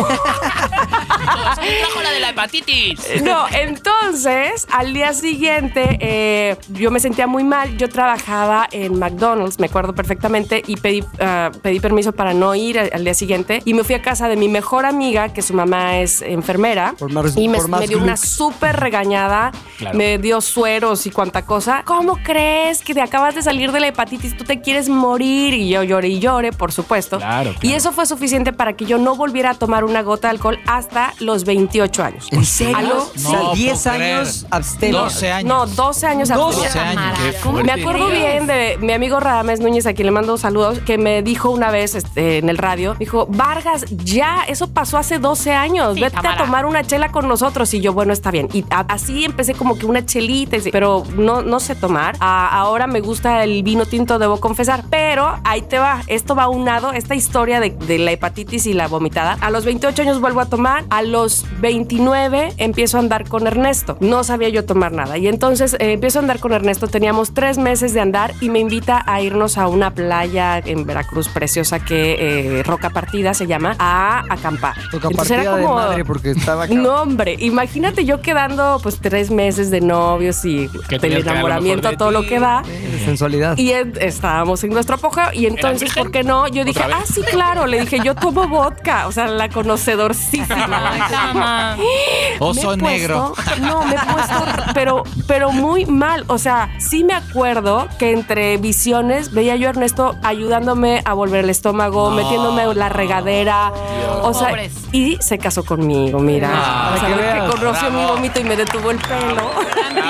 S2: Trajo la de la hepatitis.
S3: Eh, No, entonces al día siguiente eh, yo me sentía muy mal. Yo trabajaba en McDonald's, me acuerdo perfectamente, y pedí, ah, pedí permiso para no ir al, al día siguiente. Y me fui a casa de mi mejor amiga, que su mamá es enfermera.
S4: Por más-
S3: y me,
S4: por más
S3: me dio una
S4: gluk.
S3: súper regañada.
S2: Claro.
S3: Me dio sueros y cuanta cosa. ¿Cómo crees que te acabas de salir de la hepatitis? Tú te quieres morir. Y yo lloré y lloré, por supuesto.
S2: Claro,
S3: Y
S2: claro.
S3: eso fue suficiente para que yo no volviera a tomar una gota de alcohol hasta los 28 años.
S4: ¿En serio?
S3: ¿Aló?
S4: O sea,
S5: No,
S4: 10
S5: puedo creer.
S4: años abstenido.
S5: 12 años.
S3: No, 12 años atrás.
S5: 12 años.
S1: Tamara,
S2: Qué
S1: ¿cómo
S2: fuerte.
S3: Me acuerdo
S1: crees?
S3: bien de mi amigo Radamés Núñez, a quien le mando saludos, que me dijo una vez este, en el radio, me dijo, Vargas, ya, eso pasó hace 12 años,
S1: Sí,
S3: vete
S1: Tamara.
S3: a tomar una chela con nosotros. Y yo, bueno, está bien. Y a- así empecé como que una chelita, y sí, pero no, no sé tomar. A- ahora me gusta el vino tinto, debo confesar, pero ahí te va, esto va unado, esta historia de, de la hepatitis y la vomitada. A los 28 años vuelvo a tomar, a los 29 empiezo a andar con Ernesto. No sabía yo tomar nada. Y entonces eh, empiezo a andar con Ernesto. Teníamos tres meses de andar y me invita a irnos a una playa en Veracruz preciosa que eh, Roca Partida se llama, a acampar.
S4: Toca
S3: Entonces
S4: partida
S3: era
S4: de
S3: como-
S4: madre porque estaba cabrón.
S3: no, hombre, imagínate yo quedando pues tres meses de novios y
S2: Que tenías que dar
S3: del
S2: lo mejor
S3: enamoramiento,
S2: de
S3: todo lo
S2: ti.
S3: que da.
S4: Eh, Sensualidad.
S3: Y en- estábamos en nuestro apogeo. Y entonces,
S2: virgen?
S3: ¿por qué no? Yo dije,
S2: ¿Otra vez?
S3: ah, sí, claro. Le dije, yo tomo vodka. O sea, la
S1: Ay,
S3: conocedorcísima.
S1: Tama.
S5: Oso
S3: Me he
S5: negro.
S3: puesto- no, me he puesto, pero, pero muy mal. O sea, sí me acuerdo que entre visiones veía yo a Ernesto ayudándome a volver el estómago, metiéndome en la regadera. O sea,
S1: Pobres.
S3: y se casó conmigo, mira.
S5: Ah,
S3: o sea,
S4: para que
S3: que
S4: veas.
S3: conoció mi vómito y me detuvo el pelo.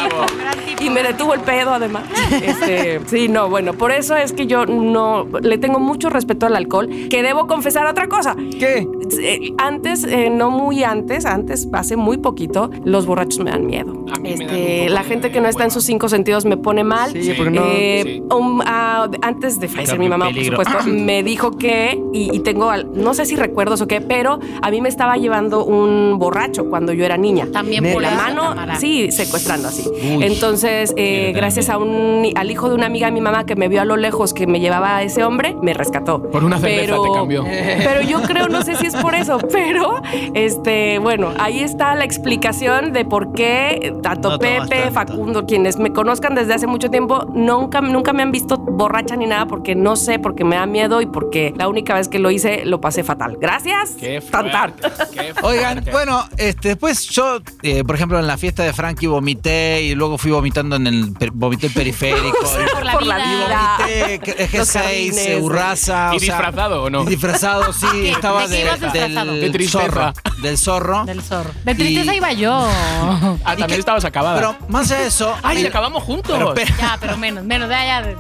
S3: Y me detuvo el pedo además. Este, sí, no, bueno, por eso es que yo no le tengo mucho respeto al alcohol, que debo confesar otra cosa.
S4: ¿Qué?
S3: Eh, Antes, eh, no muy antes, antes, hace muy poquito, los borrachos me dan miedo.
S2: A mí me
S3: Este,
S2: dan un poco
S3: la
S2: de
S3: gente que no está en
S2: hueva.
S3: sus cinco sentidos me pone mal.
S4: Sí, porque no.
S3: Eh,
S2: Sí.
S3: um, ah, antes de fallecer mi mamá, por
S5: peligro.
S3: supuesto, me dijo que, y, y tengo, al- no sé si recuerdos o qué, pero a mí me estaba llevando un borracho cuando yo era niña.
S1: También
S4: De
S1: por
S3: La
S1: eso,
S3: mano,
S1: Tamara.
S3: sí, secuestrando así.
S5: Uy.
S3: Entonces, eh, gracias a un, al hijo de una amiga de mi mamá que me vio a lo lejos que me llevaba a ese hombre, me rescató.
S2: Por una cerveza te cambió.
S3: Pero yo creo, no sé si es por eso, pero este, bueno, ahí está la explicación de por qué tanto
S5: No tomas
S3: Pepe,
S5: tanto.
S3: Facundo, quienes me conozcan desde hace mucho tiempo, nunca, nunca me han visto borracha ni nada porque no sé, porque me da miedo y porque la única vez que lo hice lo pasé fatal. Gracias.
S2: Qué fuerte,
S3: Tan, tan.
S2: qué fuerte.
S5: Oigan, bueno, este, después yo, eh, por ejemplo, en la fiesta de Frankie vomité y luego fui vomitando en el, per- vomité el periférico.
S1: Por la
S3: Por la
S1: vida.
S3: vida.
S5: Vomité, que-
S3: Los
S5: G6,
S3: jardines.
S5: Urraza.
S2: ¿Y
S5: o sea,
S2: disfrazado o no?
S5: y Disfrazado, sí,
S1: ¿De
S5: estaba
S1: qué
S5: de-
S1: ibas disfrazado?
S2: Qué
S5: del
S2: tristeza.
S5: zorro. Del zorro.
S1: Del zorro. De
S5: Y-
S1: tristeza iba yo.
S2: Ah, también
S5: que-
S2: estabas acabada.
S5: Pero más allá de eso.
S2: ¡Ay,
S5: mira,
S2: acabamos juntos!
S5: pero pe-
S1: Ya, pero menos, menos. Ya, ya. de-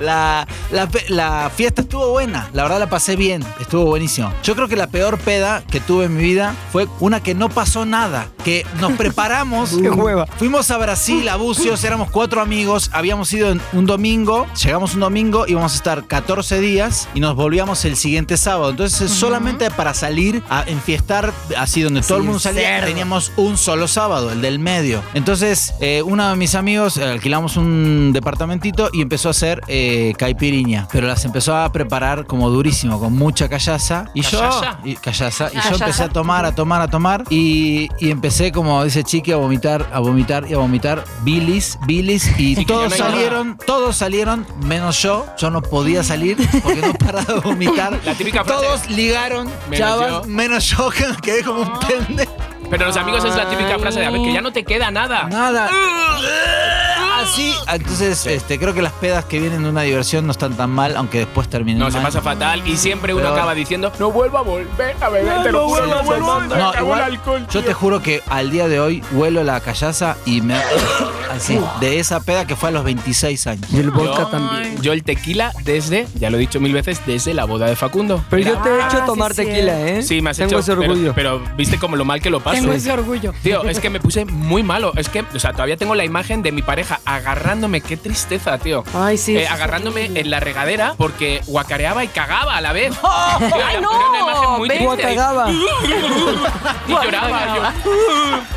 S5: la, la pe- la fiesta estuvo buena, la verdad la pasé bien, estuvo buenísimo. Yo creo que la peor peda que tuve en mi vida fue una que no pasó nada, que nos preparamos.
S4: Qué hueva.
S5: Fuimos a Brasil, a Bucios, éramos cuatro amigos, habíamos ido en un domingo, llegamos un domingo, íbamos a estar 14 días y nos volvíamos el siguiente sábado. Entonces, solamente para salir a enfiestar, así donde todo el mundo salía, teníamos un solo sábado, el del medio. Entonces, eh, uno de mis amigos eh, alquilamos un departamentito y empezó a hacer eh, caipiriña, pero las empezó a preparar como durísimo, con mucha callaza. Y
S2: ¿Callaza?
S5: yo, y, callaza, y yo
S3: Callaza.
S5: empecé a tomar, a tomar, a tomar. Y, y empecé, como dice Chiqui, a vomitar, a vomitar y a vomitar. Bilis, bilis. Y
S2: Chiqui,
S5: todos
S2: ya no hay
S5: salieron, todos salieron, menos yo. Yo no podía salir porque no paraba de vomitar.
S2: La típica frase.
S5: Todos ligaron,
S2: Menos
S5: chavas,
S2: yo.
S5: menos yo, que me quedé como un pendejo.
S2: Ah. Pero los amigos es la típica frase de a ver que ya no te queda nada.
S5: Nada. así, entonces este, creo que las pedas que vienen de una diversión no están tan mal, aunque después terminen
S2: No, se
S5: mal.
S2: pasa fatal y siempre uno
S5: Peor.
S2: acaba diciendo, no vuelvo a volver a beber,
S5: No,
S2: te lo
S5: no
S2: juro,
S5: vuelvo a
S2: no vuelvo a
S5: volver.
S2: beber,
S5: No,
S2: me acabó el
S5: igual,
S2: alcohol,
S5: Yo
S2: tío".
S5: te juro que al día de hoy huelo la callaza y me... Así, de esa peda que fue a los 26 años.
S4: Y el vodka
S2: Yo-
S4: también.
S2: Yo el tequila desde, ya lo he dicho mil veces, desde la boda de Facundo.
S4: Pero yo
S2: Mira,
S4: te he hecho
S3: Ah, sí,
S4: tomar
S3: cierto.
S4: tequila, ¿eh?
S2: Sí, me has
S4: Tengo
S2: hecho-
S4: ese
S2: pero-
S4: orgullo.
S2: Pero, viste como lo mal que lo paso.
S1: Tengo ese orgullo.
S2: Tío, es que me puse muy malo. Es que, o sea, todavía tengo la imagen de mi pareja agarrándome. Qué tristeza, tío.
S3: Ay, Ah, sí.
S2: Eh, agarrándome en la regadera porque guacareaba y cagaba a la vez. Tío, era-
S3: ¡Ay, no!
S2: era una imagen muy
S3: Ven.
S2: triste.
S4: Guacagaba.
S2: Y lloraba. yo-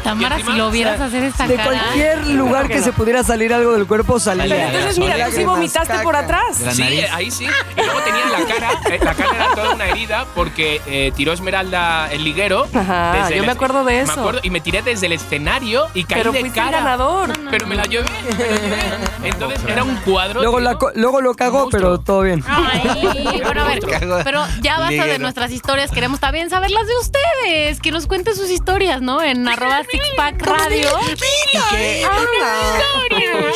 S1: Tamara,
S2: Y
S1: si
S2: encima,
S1: lo
S2: o sea,
S1: vieras hacer esta
S4: De
S1: cara.
S4: cualquier lugar que se pudiera salir algo del cuerpo, salía.
S2: Pero
S3: Entonces, mira, tú sí
S4: Lágrimas,
S3: vomitaste
S4: caca.
S3: por atrás.
S5: La
S2: sí,
S5: nariz.
S2: eh, ahí sí. Y luego tenía la cara, eh, la cara era toda una herida porque eh, tiró Esmeralda el liguero.
S3: Ajá, yo
S2: el
S3: me
S2: es-
S3: acuerdo de eso.
S2: Me acuerdo y me tiré desde el escenario y caí
S3: Pero
S2: de
S3: fuiste el
S2: cara.
S3: ganador.
S2: Pero me la llevé. me la llevé. Entonces era un cuadro.
S4: Luego, la
S2: tío.
S4: co- luego lo cagó,
S2: Monstruo.
S4: pero todo bien.
S1: Ay, bueno, a ver,
S5: Cago de-
S1: pero ya basta de
S5: liguero.
S1: nuestras historias, queremos también saber las de ustedes, que nos cuenten sus historias, ¿no? En arroba sixpack radio.
S5: Y que-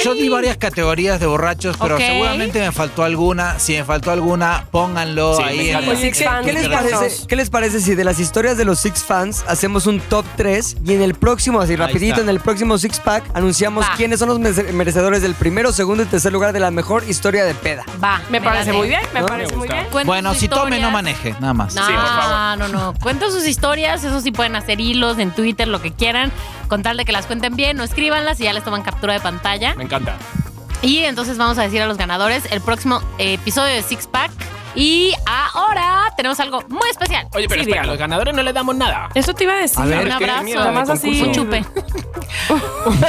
S5: Yo di varias categorías de borrachos, pero
S1: Ok.
S5: seguramente me faltó alguna. Si me faltó alguna, pónganlo
S2: Sí, me
S5: ahí.
S2: encanta.
S5: el-
S4: Oye, ¿qué,
S3: fans,
S4: qué les
S3: díganos.
S4: parece, qué les parece si de las historias de los Six fans hacemos un top 3 y en el próximo, así rapidito,
S5: está.
S4: en el próximo Six Pack anunciamos
S1: Va.
S4: quiénes son los merece- merecedores del primero, segundo y tercer lugar de la mejor historia de peda?
S1: Va.
S3: Me parece
S1: late.
S3: muy bien, me
S4: No, me
S3: parece muy
S2: gusta.
S3: bien.
S1: Cuenten
S5: Bueno,
S1: sus
S5: si tome, no
S1: historias.
S5: maneje, nada más.
S1: No,
S2: Sí, por favor.
S1: no, no. Cuenten sus historias, eso sí pueden hacer hilos en Twitter, lo que quieran, con tal de que las cuenten bien o escríbanlas y ya les toman captura de pantalla.
S2: Me encanta.
S1: Y entonces vamos a decir a los ganadores el próximo episodio de Six Pack. Y ahora tenemos algo muy especial.
S2: Oye, pero
S3: Sí,
S2: espera, a
S3: dígalo.
S2: los ganadores no les damos nada.
S3: Eso te iba a decir.
S4: A ver,
S1: un
S2: es que
S1: abrazo,
S2: mierda de
S3: nada más así.
S1: Un
S2: concurso.
S1: chupe.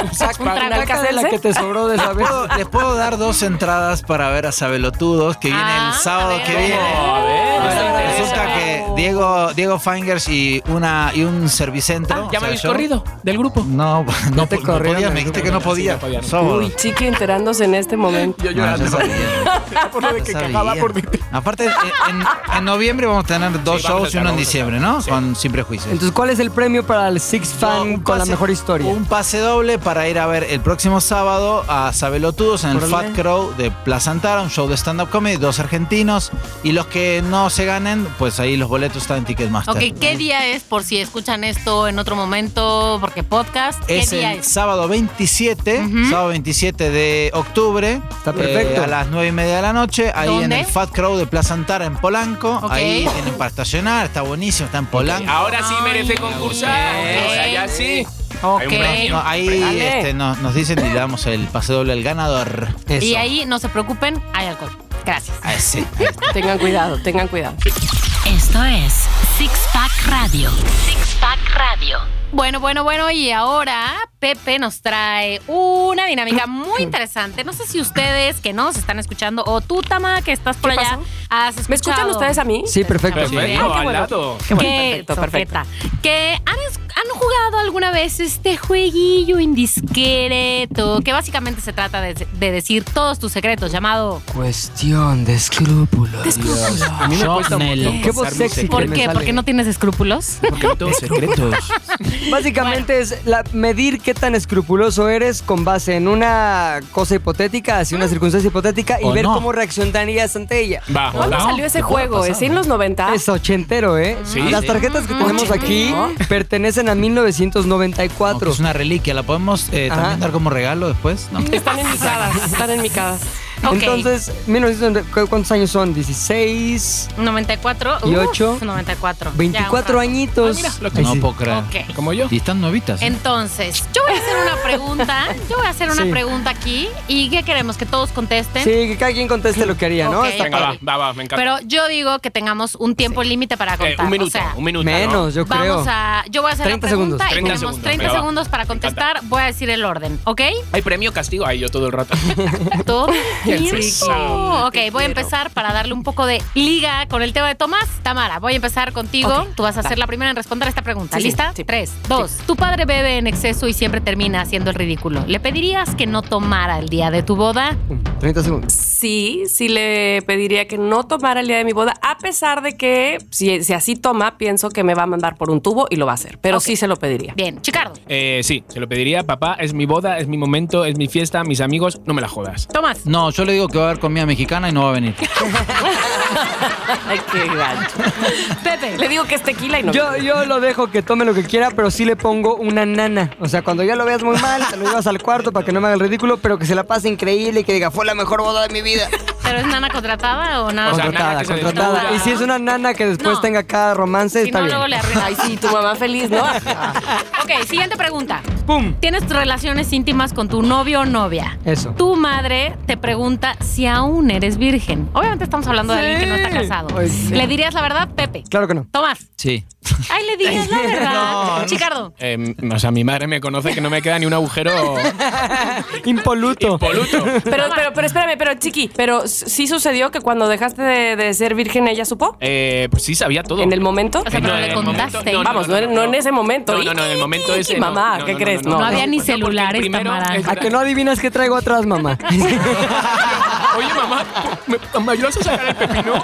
S4: Exacto,
S1: trago.
S4: la caca de la que te sobró de esa vez.
S5: Puedo- Les puedo dar dos entradas para ver a Sabelotudos, que viene
S1: Ah,
S5: el sábado
S1: a ver,
S5: que
S1: a ver.
S5: viene.
S2: Oh, a ver,
S5: Bueno,
S2: a ver,
S5: resulta
S2: a ver.
S5: que Diego, Diego Fingers y, una, y un servicentro. o
S2: Ya
S5: sea,
S2: me habéis
S5: yo-
S2: corrido del grupo.
S5: No, no,
S4: te
S5: po- no
S4: corrieron
S5: podía,
S4: del
S5: me dijiste
S4: grupo.
S5: que no
S2: Sí, no
S5: podía.
S2: podía, no.
S5: Sábado.
S3: Uy, chiqui, enterándose en este momento.
S5: No, Ah, ya sabía.
S2: por lo de
S5: Ya sabía. Aparte, eh, en, en- en noviembre vamos a tener dos
S2: Sí, vamos a
S5: shows y
S2: estar,
S5: uno en
S2: vamos a
S5: diciembre,
S2: estar.
S5: ¿no?
S2: Sí.
S5: Con Sin Prejuicios.
S4: Entonces, ¿cuál es el premio para el Six
S5: No,
S4: Fan
S5: un
S4: con la
S5: pase-
S4: mejor historia?
S5: Un pase doble para ir a ver el próximo sábado a Sabelotudos en el
S4: Órale.
S5: Fat Crow de Plaza Antara, un show de stand-up comedy, dos argentinos. Y los que no se ganen, pues ahí los boletos están en Ticketmaster.
S1: Ok, ¿qué día es? Por si escuchan esto en otro momento, porque podcast. ¿Qué
S5: Es
S1: día
S5: el
S1: es?
S5: sábado 27,
S1: Ujú.
S5: sábado 27 de octubre. eh,
S4: Está perfecto.
S5: a las 9 y media de la noche, ahí en
S1: ¿Dónde?
S5: el Fat Crow de Plaza Antara, en Polanco.
S1: Ok.
S5: Ahí tienen para estacionar, está buenísimo, está en Polanco.
S2: Ahora sí merece
S1: Ay,
S2: concursar.
S1: ok.
S2: O sea, ya
S3: Ah,
S2: sí.
S3: pues
S1: Ok.
S2: Hay un premio.
S5: No, ahí
S3: Dale.
S5: este, nos, nos dicen y le damos el pase doble al ganador.
S4: Eso.
S1: Y ahí no se preocupen, hay alcohol. Gracias.
S5: Ah, sí.
S3: Tengan cuidado, tengan cuidado.
S6: Esto es Six Pack Radio. Six Pack Radio.
S1: Bueno, bueno, bueno, y ahora Pepe nos trae una dinámica muy interesante. No sé si ustedes que nos están escuchando o tú, Tama, que estás por
S3: ¿Qué
S1: allá,
S3: pasó?
S1: has escuchado.
S3: ¿Me escuchan ustedes a mí?
S4: Sí, perfecto.
S1: Muy bien.
S2: Perfecto,
S3: Ah, Qué
S2: al
S3: bueno.
S2: lado.
S3: Qué bueno,
S1: Que-
S3: perfecto, perfecto.
S1: Sofeta, Que han, es- han jugado alguna vez este jueguillo indiscreto, que básicamente se trata de, de decir todos tus secretos, llamado
S4: Cuestión de escrúpulos.
S2: A mí me cuesta un
S5: Nel.
S2: montón
S4: Qué voz
S2: pensar mis secretos.
S4: sexy. que
S1: ¿Por
S4: me
S1: qué?
S4: sale.
S1: ¿Por qué no tienes escrúpulos?
S2: Secretos, secretos.
S4: Básicamente es la- medir qué tan escrupuloso eres con base en una cosa hipotética, hacia una circunstancia hipotética y
S5: O
S4: ver
S5: no.
S4: cómo reaccionarías ante ella.
S2: Va,
S3: ¿Cuándo
S2: va.
S3: salió ese juego? ¿Es en los 90?
S4: Es ochentero, ¿eh?
S2: Sí.
S4: Las tarjetas que tenemos aquí pertenecen a 1994.
S5: Aunque Es una reliquia, ¿la podemos eh,
S4: Ajá.
S5: también dar como regalo después? No.
S3: Están enmicadas, están enmicadas.
S1: Ok.
S4: Entonces, 1990, ¿cuántos años son? 16,
S1: 94.
S4: ¿Y
S1: uf,
S4: ocho?
S1: 94.
S4: 24
S1: años.
S2: Ah,
S4: añitos.
S2: mira, lo
S4: Ahí
S5: No
S4: sí.
S5: puedo creer.
S1: Ok.
S2: Como yo.
S5: Y están novitas. ¿eh?
S1: Entonces, yo voy a hacer una pregunta. Yo voy a hacer una
S4: Sí.
S1: pregunta aquí. ¿Y qué queremos? ¿Que todos contesten?
S4: Sí, que cada quien conteste lo que haría, ¿no?
S1: Ok.
S4: Está
S2: Venga, va,
S4: padre.
S2: va, va, me encanta.
S1: Pero yo digo que tengamos un tiempo límite para
S2: Eh,
S1: contar.
S2: un
S1: O
S2: minuto,
S1: sea,
S2: un minuto. ¿no?
S4: Menos, yo creo.
S1: Vamos a. Yo voy a hacer
S4: 30
S1: la pregunta y
S4: segundos.
S2: 30
S1: tenemos
S2: segundos,
S1: 30
S2: venga, va.
S1: segundos para contestar. Voy a decir el orden, ¿ok?
S2: Hay premio castigo ahí yo todo el rato.
S1: Todo.
S2: friki.
S1: listo. Oh, Ok, voy a empezar para darle un poco de liga con el tema de Tomás. Tamara, voy a empezar contigo.
S3: Ok,
S1: Tú vas a ser
S3: va.
S1: la primera en responder esta pregunta.
S3: Sí, sí,
S1: ¿Lista?
S3: sí.
S1: Tres, dos. Tu padre bebe en exceso y siempre termina haciendo el ridículo. ¿Le pedirías que no tomara el día de tu boda?
S4: Pum, 30 segundos.
S3: sí, sí le pediría que no tomara el día de mi boda, a pesar de que si, si así toma, pienso que me va a mandar por un tubo y lo va a hacer. Pero
S1: Ok.
S3: sí se lo pediría.
S1: Bien, Chicardo.
S2: Eh, sí, se lo pediría, papá, es mi boda, es mi momento, es mi fiesta, mis amigos, no me la jodas.
S1: Tomás.
S5: No, yo le digo que va a haber comida mexicana y no va a venir.
S3: Ay, qué gacho.
S1: Pepe.
S3: Le digo que es tequila y no.
S4: Yo, yo lo dejo que tome lo que quiera, pero sí le pongo una nana. O sea, cuando ya lo veas muy mal, te lo llevas al cuarto para que no me haga el ridículo, pero que se la pase increíble y que diga, fue la mejor boda de mi vida.
S1: ¿Pero es nana contratada o nada?
S2: O sea, nana
S4: contratada,
S2: que se
S4: contratada.
S1: desnuda.
S4: Y si es una nana que después
S1: No.
S4: tenga cada romance,
S1: si
S4: está
S1: no,
S4: bien.
S1: luego le arruina.
S3: Ay, sí, tu mamá feliz, ¿no?
S1: ok, siguiente pregunta.
S4: ¡Pum!
S1: Tienes relaciones íntimas con tu novio o novia.
S4: Eso.
S1: Tu madre te pregunta si aún eres virgen. Obviamente estamos hablando de alguien que no está casado.
S4: Ay, sí.
S1: ¿Le dirías la verdad, Pepe?
S4: Claro que no.
S1: Tomás.
S5: Sí.
S1: Ay, le dirías la verdad. Chicardo.
S2: Eh, o sea, mi madre me conoce que no me queda ni un agujero
S4: Impoluto.
S2: impoluto.
S3: Pero, pero, pero espérame, pero Chiqui, pero sí sucedió que cuando dejaste de, de ser virgen ella supo
S2: Eh, pues sí, sabía todo.
S3: en el momento.
S1: O sea, pero
S2: No,
S1: le
S2: en el momento-
S1: contaste.
S3: Vamos, no, en- no en ese momento.
S2: No, no, no, en el momento ese. no,
S3: Mamá,
S2: no,
S3: ¿qué
S2: no,
S3: crees?
S1: No había ni
S2: porque el
S1: celulares,
S2: primero
S1: Tamara.
S2: es-
S4: A que no adivinas qué traigo atrás, mamá.
S2: Oye, mamá, ¿me, me ayudas a sacar el pepino?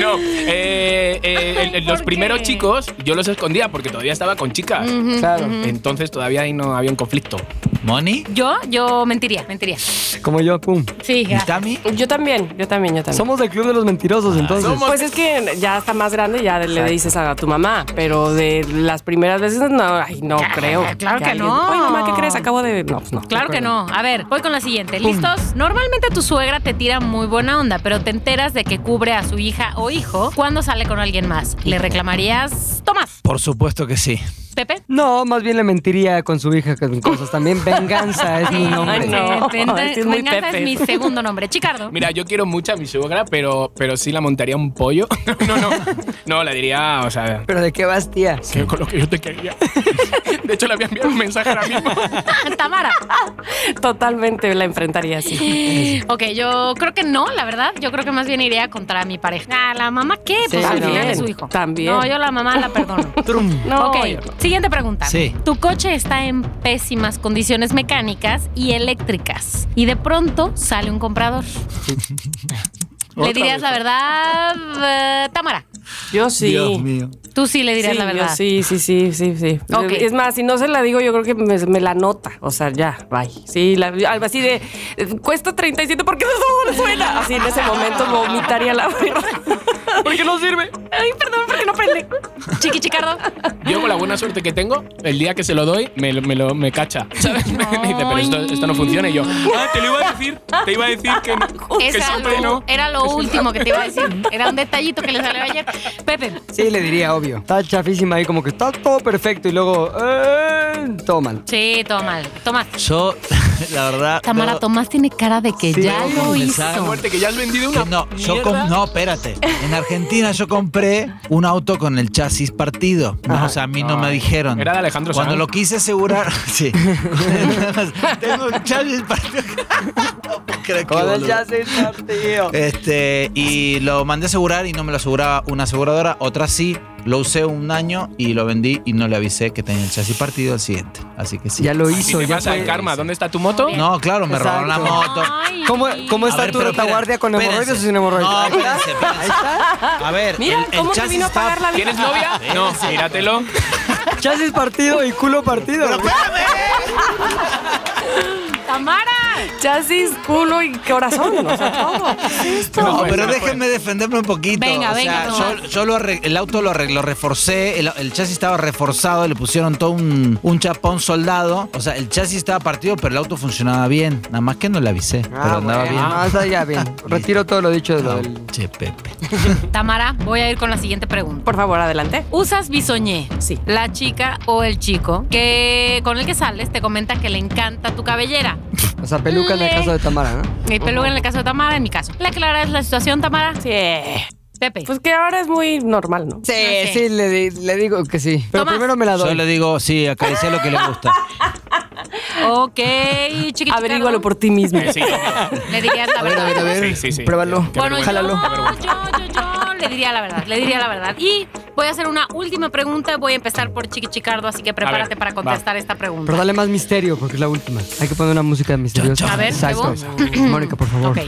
S2: No, eh, eh, el- el- los
S1: ¿por
S2: primeros
S1: qué?
S2: chicos yo los escondía porque todavía estaba con chicas.
S4: claro.
S2: Entonces todavía ahí no había un conflicto.
S5: ¿Moni?
S1: Yo, yo mentiría, mentiría.
S4: Como yo, pum.
S1: Sí,
S5: ¿Y
S1: gracias.
S5: Tami?
S3: Yo también, yo también, yo también.
S4: Somos del club de los mentirosos, entonces.
S2: somos-
S3: Pues es que ya está más grande, ya le dices a tu mamá, pero de las primeras veces no, ay, no creo.
S1: claro que
S3: alguien-
S1: no.
S3: Oye, mamá, ¿qué crees? Acabo de. No, pues no.
S1: Claro que no. A ver, voy con la siguiente. ¿Listos? Normalmente tu suegra te tira muy buena onda, pero te enteras de que cubre a su hija o hijo cuando sale con alguien más. ¿Le reclamarías? Tomás,
S5: Por supuesto que sí.
S1: Pepe.
S4: No, más bien le mentiría con su hija con cosas también. Venganza es mi nombre.
S3: Ay, no.
S1: Te- te- te-
S3: Este es muy
S1: Venganza
S3: Pepe.
S1: es mi segundo nombre. Chicardo.
S2: Mira, yo quiero mucho a mi suegra, pero, pero sí la montaría un pollo. No, no, no, la diría, o sea,
S4: Pero ¿de qué vas, tía?
S2: que con lo que yo te quería. De hecho, le había enviado un mensaje ahora mismo.
S1: Ah, Tamara.
S3: Totalmente la enfrentaría así.
S1: Ok, yo creo que no, la verdad. Yo creo que más bien iría contra mi pareja. Ah, la mamá qué? Pues al
S3: también,
S1: final es su hijo.
S3: también.
S1: No, yo la mamá la perdono.
S4: Trum.
S3: No,
S1: ok,
S3: yo no.
S1: siguiente pregunta.
S5: Sí.
S1: Tu coche está en pésimas condiciones mecánicas y eléctricas y de pronto sale un comprador. ¿Le dirías la verdad, eh, Tamara?
S3: Yo sí.
S5: mío.
S1: Tú sí le dirías
S3: Sí,
S1: la
S3: yo
S1: verdad.
S3: sí, sí, sí, sí, sí.
S1: Ok.
S3: Es más, si no se la digo, yo creo que me, me la nota. O sea, ya, bye. Sí, la- algo así de, eh, cuesta 37 porque no suena. Así en ese momento vomitaría la verdad.
S4: ¿Por qué no sirve?
S3: Ay, perdón, porque no prende.
S1: Chiqui Chicardo.
S2: Yo, con la buena suerte que tengo, el día que se lo doy, me, lo- me, lo, me cacha. ¿Sabes? Me dice, pero esto, esto no funciona. Y yo, ah, te lo iba a decir, te iba a decir que no. que
S1: Esa
S2: siempre
S1: lo-
S2: no.
S1: era lo último que te iba a decir. Era un detallito que le salió ayer. Pepe,
S4: Sí, le diría, obvio. Está chafísima ahí, como que está todo perfecto y luego. Eh, todo mal.
S1: sí, todo mal. Tomás.
S5: Yo, la verdad.
S1: Tamara,
S5: debo-
S1: Tomás tiene cara de que
S4: Sí,
S1: ya
S4: debo
S1: lo
S5: confesar.
S1: hizo.
S2: Muerte, que ya has vendido una.
S5: Que No, yo
S2: mierda.
S5: com- no, espérate. En Argentina yo compré un auto con el chasis partido. No,
S4: Ajá.
S5: o sea, a mí no me dijeron.
S2: Era de Alejandro
S5: Cuando
S2: Sanz.
S5: lo quise asegurar, sí. Tengo un chasis partido. No puedo creer que,
S4: Joder,
S5: boludo.
S4: ya se está, tío.
S5: Este, y lo mandé a asegurar y no me lo aseguraba una aseguradora, otra sí. Lo usé un año y lo vendí y no le avisé que tenía el chasis partido al siguiente. Así que sí.
S4: Ya lo
S2: Si
S4: hizo,
S2: te
S4: ya
S2: pasa el
S4: fue.
S2: karma, ¿dónde está tu moto?
S5: No, claro, me robaron la
S4: Exacto. Ah,
S5: moto.
S1: Ay.
S4: ¿Cómo, cómo está
S5: A ver,
S4: tu
S5: pero
S4: retaguardia
S5: espérense,
S4: con hemorroides o sin hemorroides?
S5: No,
S4: Ahí está.
S5: espérense, espérense.
S4: Ahí está.
S5: A ver,
S3: Mira
S5: el, el
S3: cómo te
S5: chasis
S3: vino a
S5: está-
S3: pagar la
S2: ¿Tienes novia? No, míratelo.
S4: Chasis partido y culo partido. Ah,
S1: Tamara.
S3: Chasis, culo y corazón. O sea, todo.
S5: No,
S2: Bueno,
S5: pero
S2: pues.
S5: déjenme defenderme un poquito.
S1: Venga,
S5: O sea,
S1: venga,
S5: Yo, yo lo arreg- el auto lo, arreg- lo reforcé, el, el chasis estaba reforzado, le pusieron todo un, un chapón soldado. O sea, el chasis estaba partido, pero el auto funcionaba bien. Nada más que no le avisé, pero
S4: Ah,
S5: andaba
S4: bueno,
S5: bien.
S4: no, está ya bien. Retiro todo lo dicho de lo del.
S5: Che, Pepe.
S1: Tamara, voy a ir con la siguiente pregunta.
S3: Por favor, adelante.
S1: ¿Usas bisoñé?
S3: Sí.
S1: La chica o el chico que con el que sales te comenta que le encanta tu cabellera.
S4: O sea, peluca en el
S1: Le-
S4: caso de Tamara, ¿no?
S1: Mi peluca en el caso de Tamara, en mi caso. ¿Le aclaras la situación, Tamara?
S3: Sí.
S1: Pepe.
S3: Pues que ahora es muy normal, ¿no?
S4: Sí,
S1: sé.
S4: sí, le, di- le digo que sí. Pero
S1: Tomás.
S4: primero me la
S5: Yo
S4: doy.
S5: le digo, sí, acaricia lo que le gusta.
S1: ok, chiquitito.
S3: Averígualo por ti mismo.
S2: Eh, Sí, obvio.
S1: Le dirías la
S4: A ver, a ver, a
S1: verdad.
S4: ver.
S2: Sí, sí, sí.
S4: Pruébalo.
S1: Bueno, yo,
S4: Jálalo.
S1: yo, yo, yo, le diría la verdad, le diría la verdad. Y Voy a hacer una última pregunta. Voy a empezar por Chiqui Chicardo, así que prepárate
S2: ver,
S1: para
S2: va.
S1: contestar esta pregunta.
S4: Pero dale más misterio, porque es la última. Hay que poner una música misteriosa.
S1: A ver,
S4: Exacto. Mónica, por favor.
S1: Ok.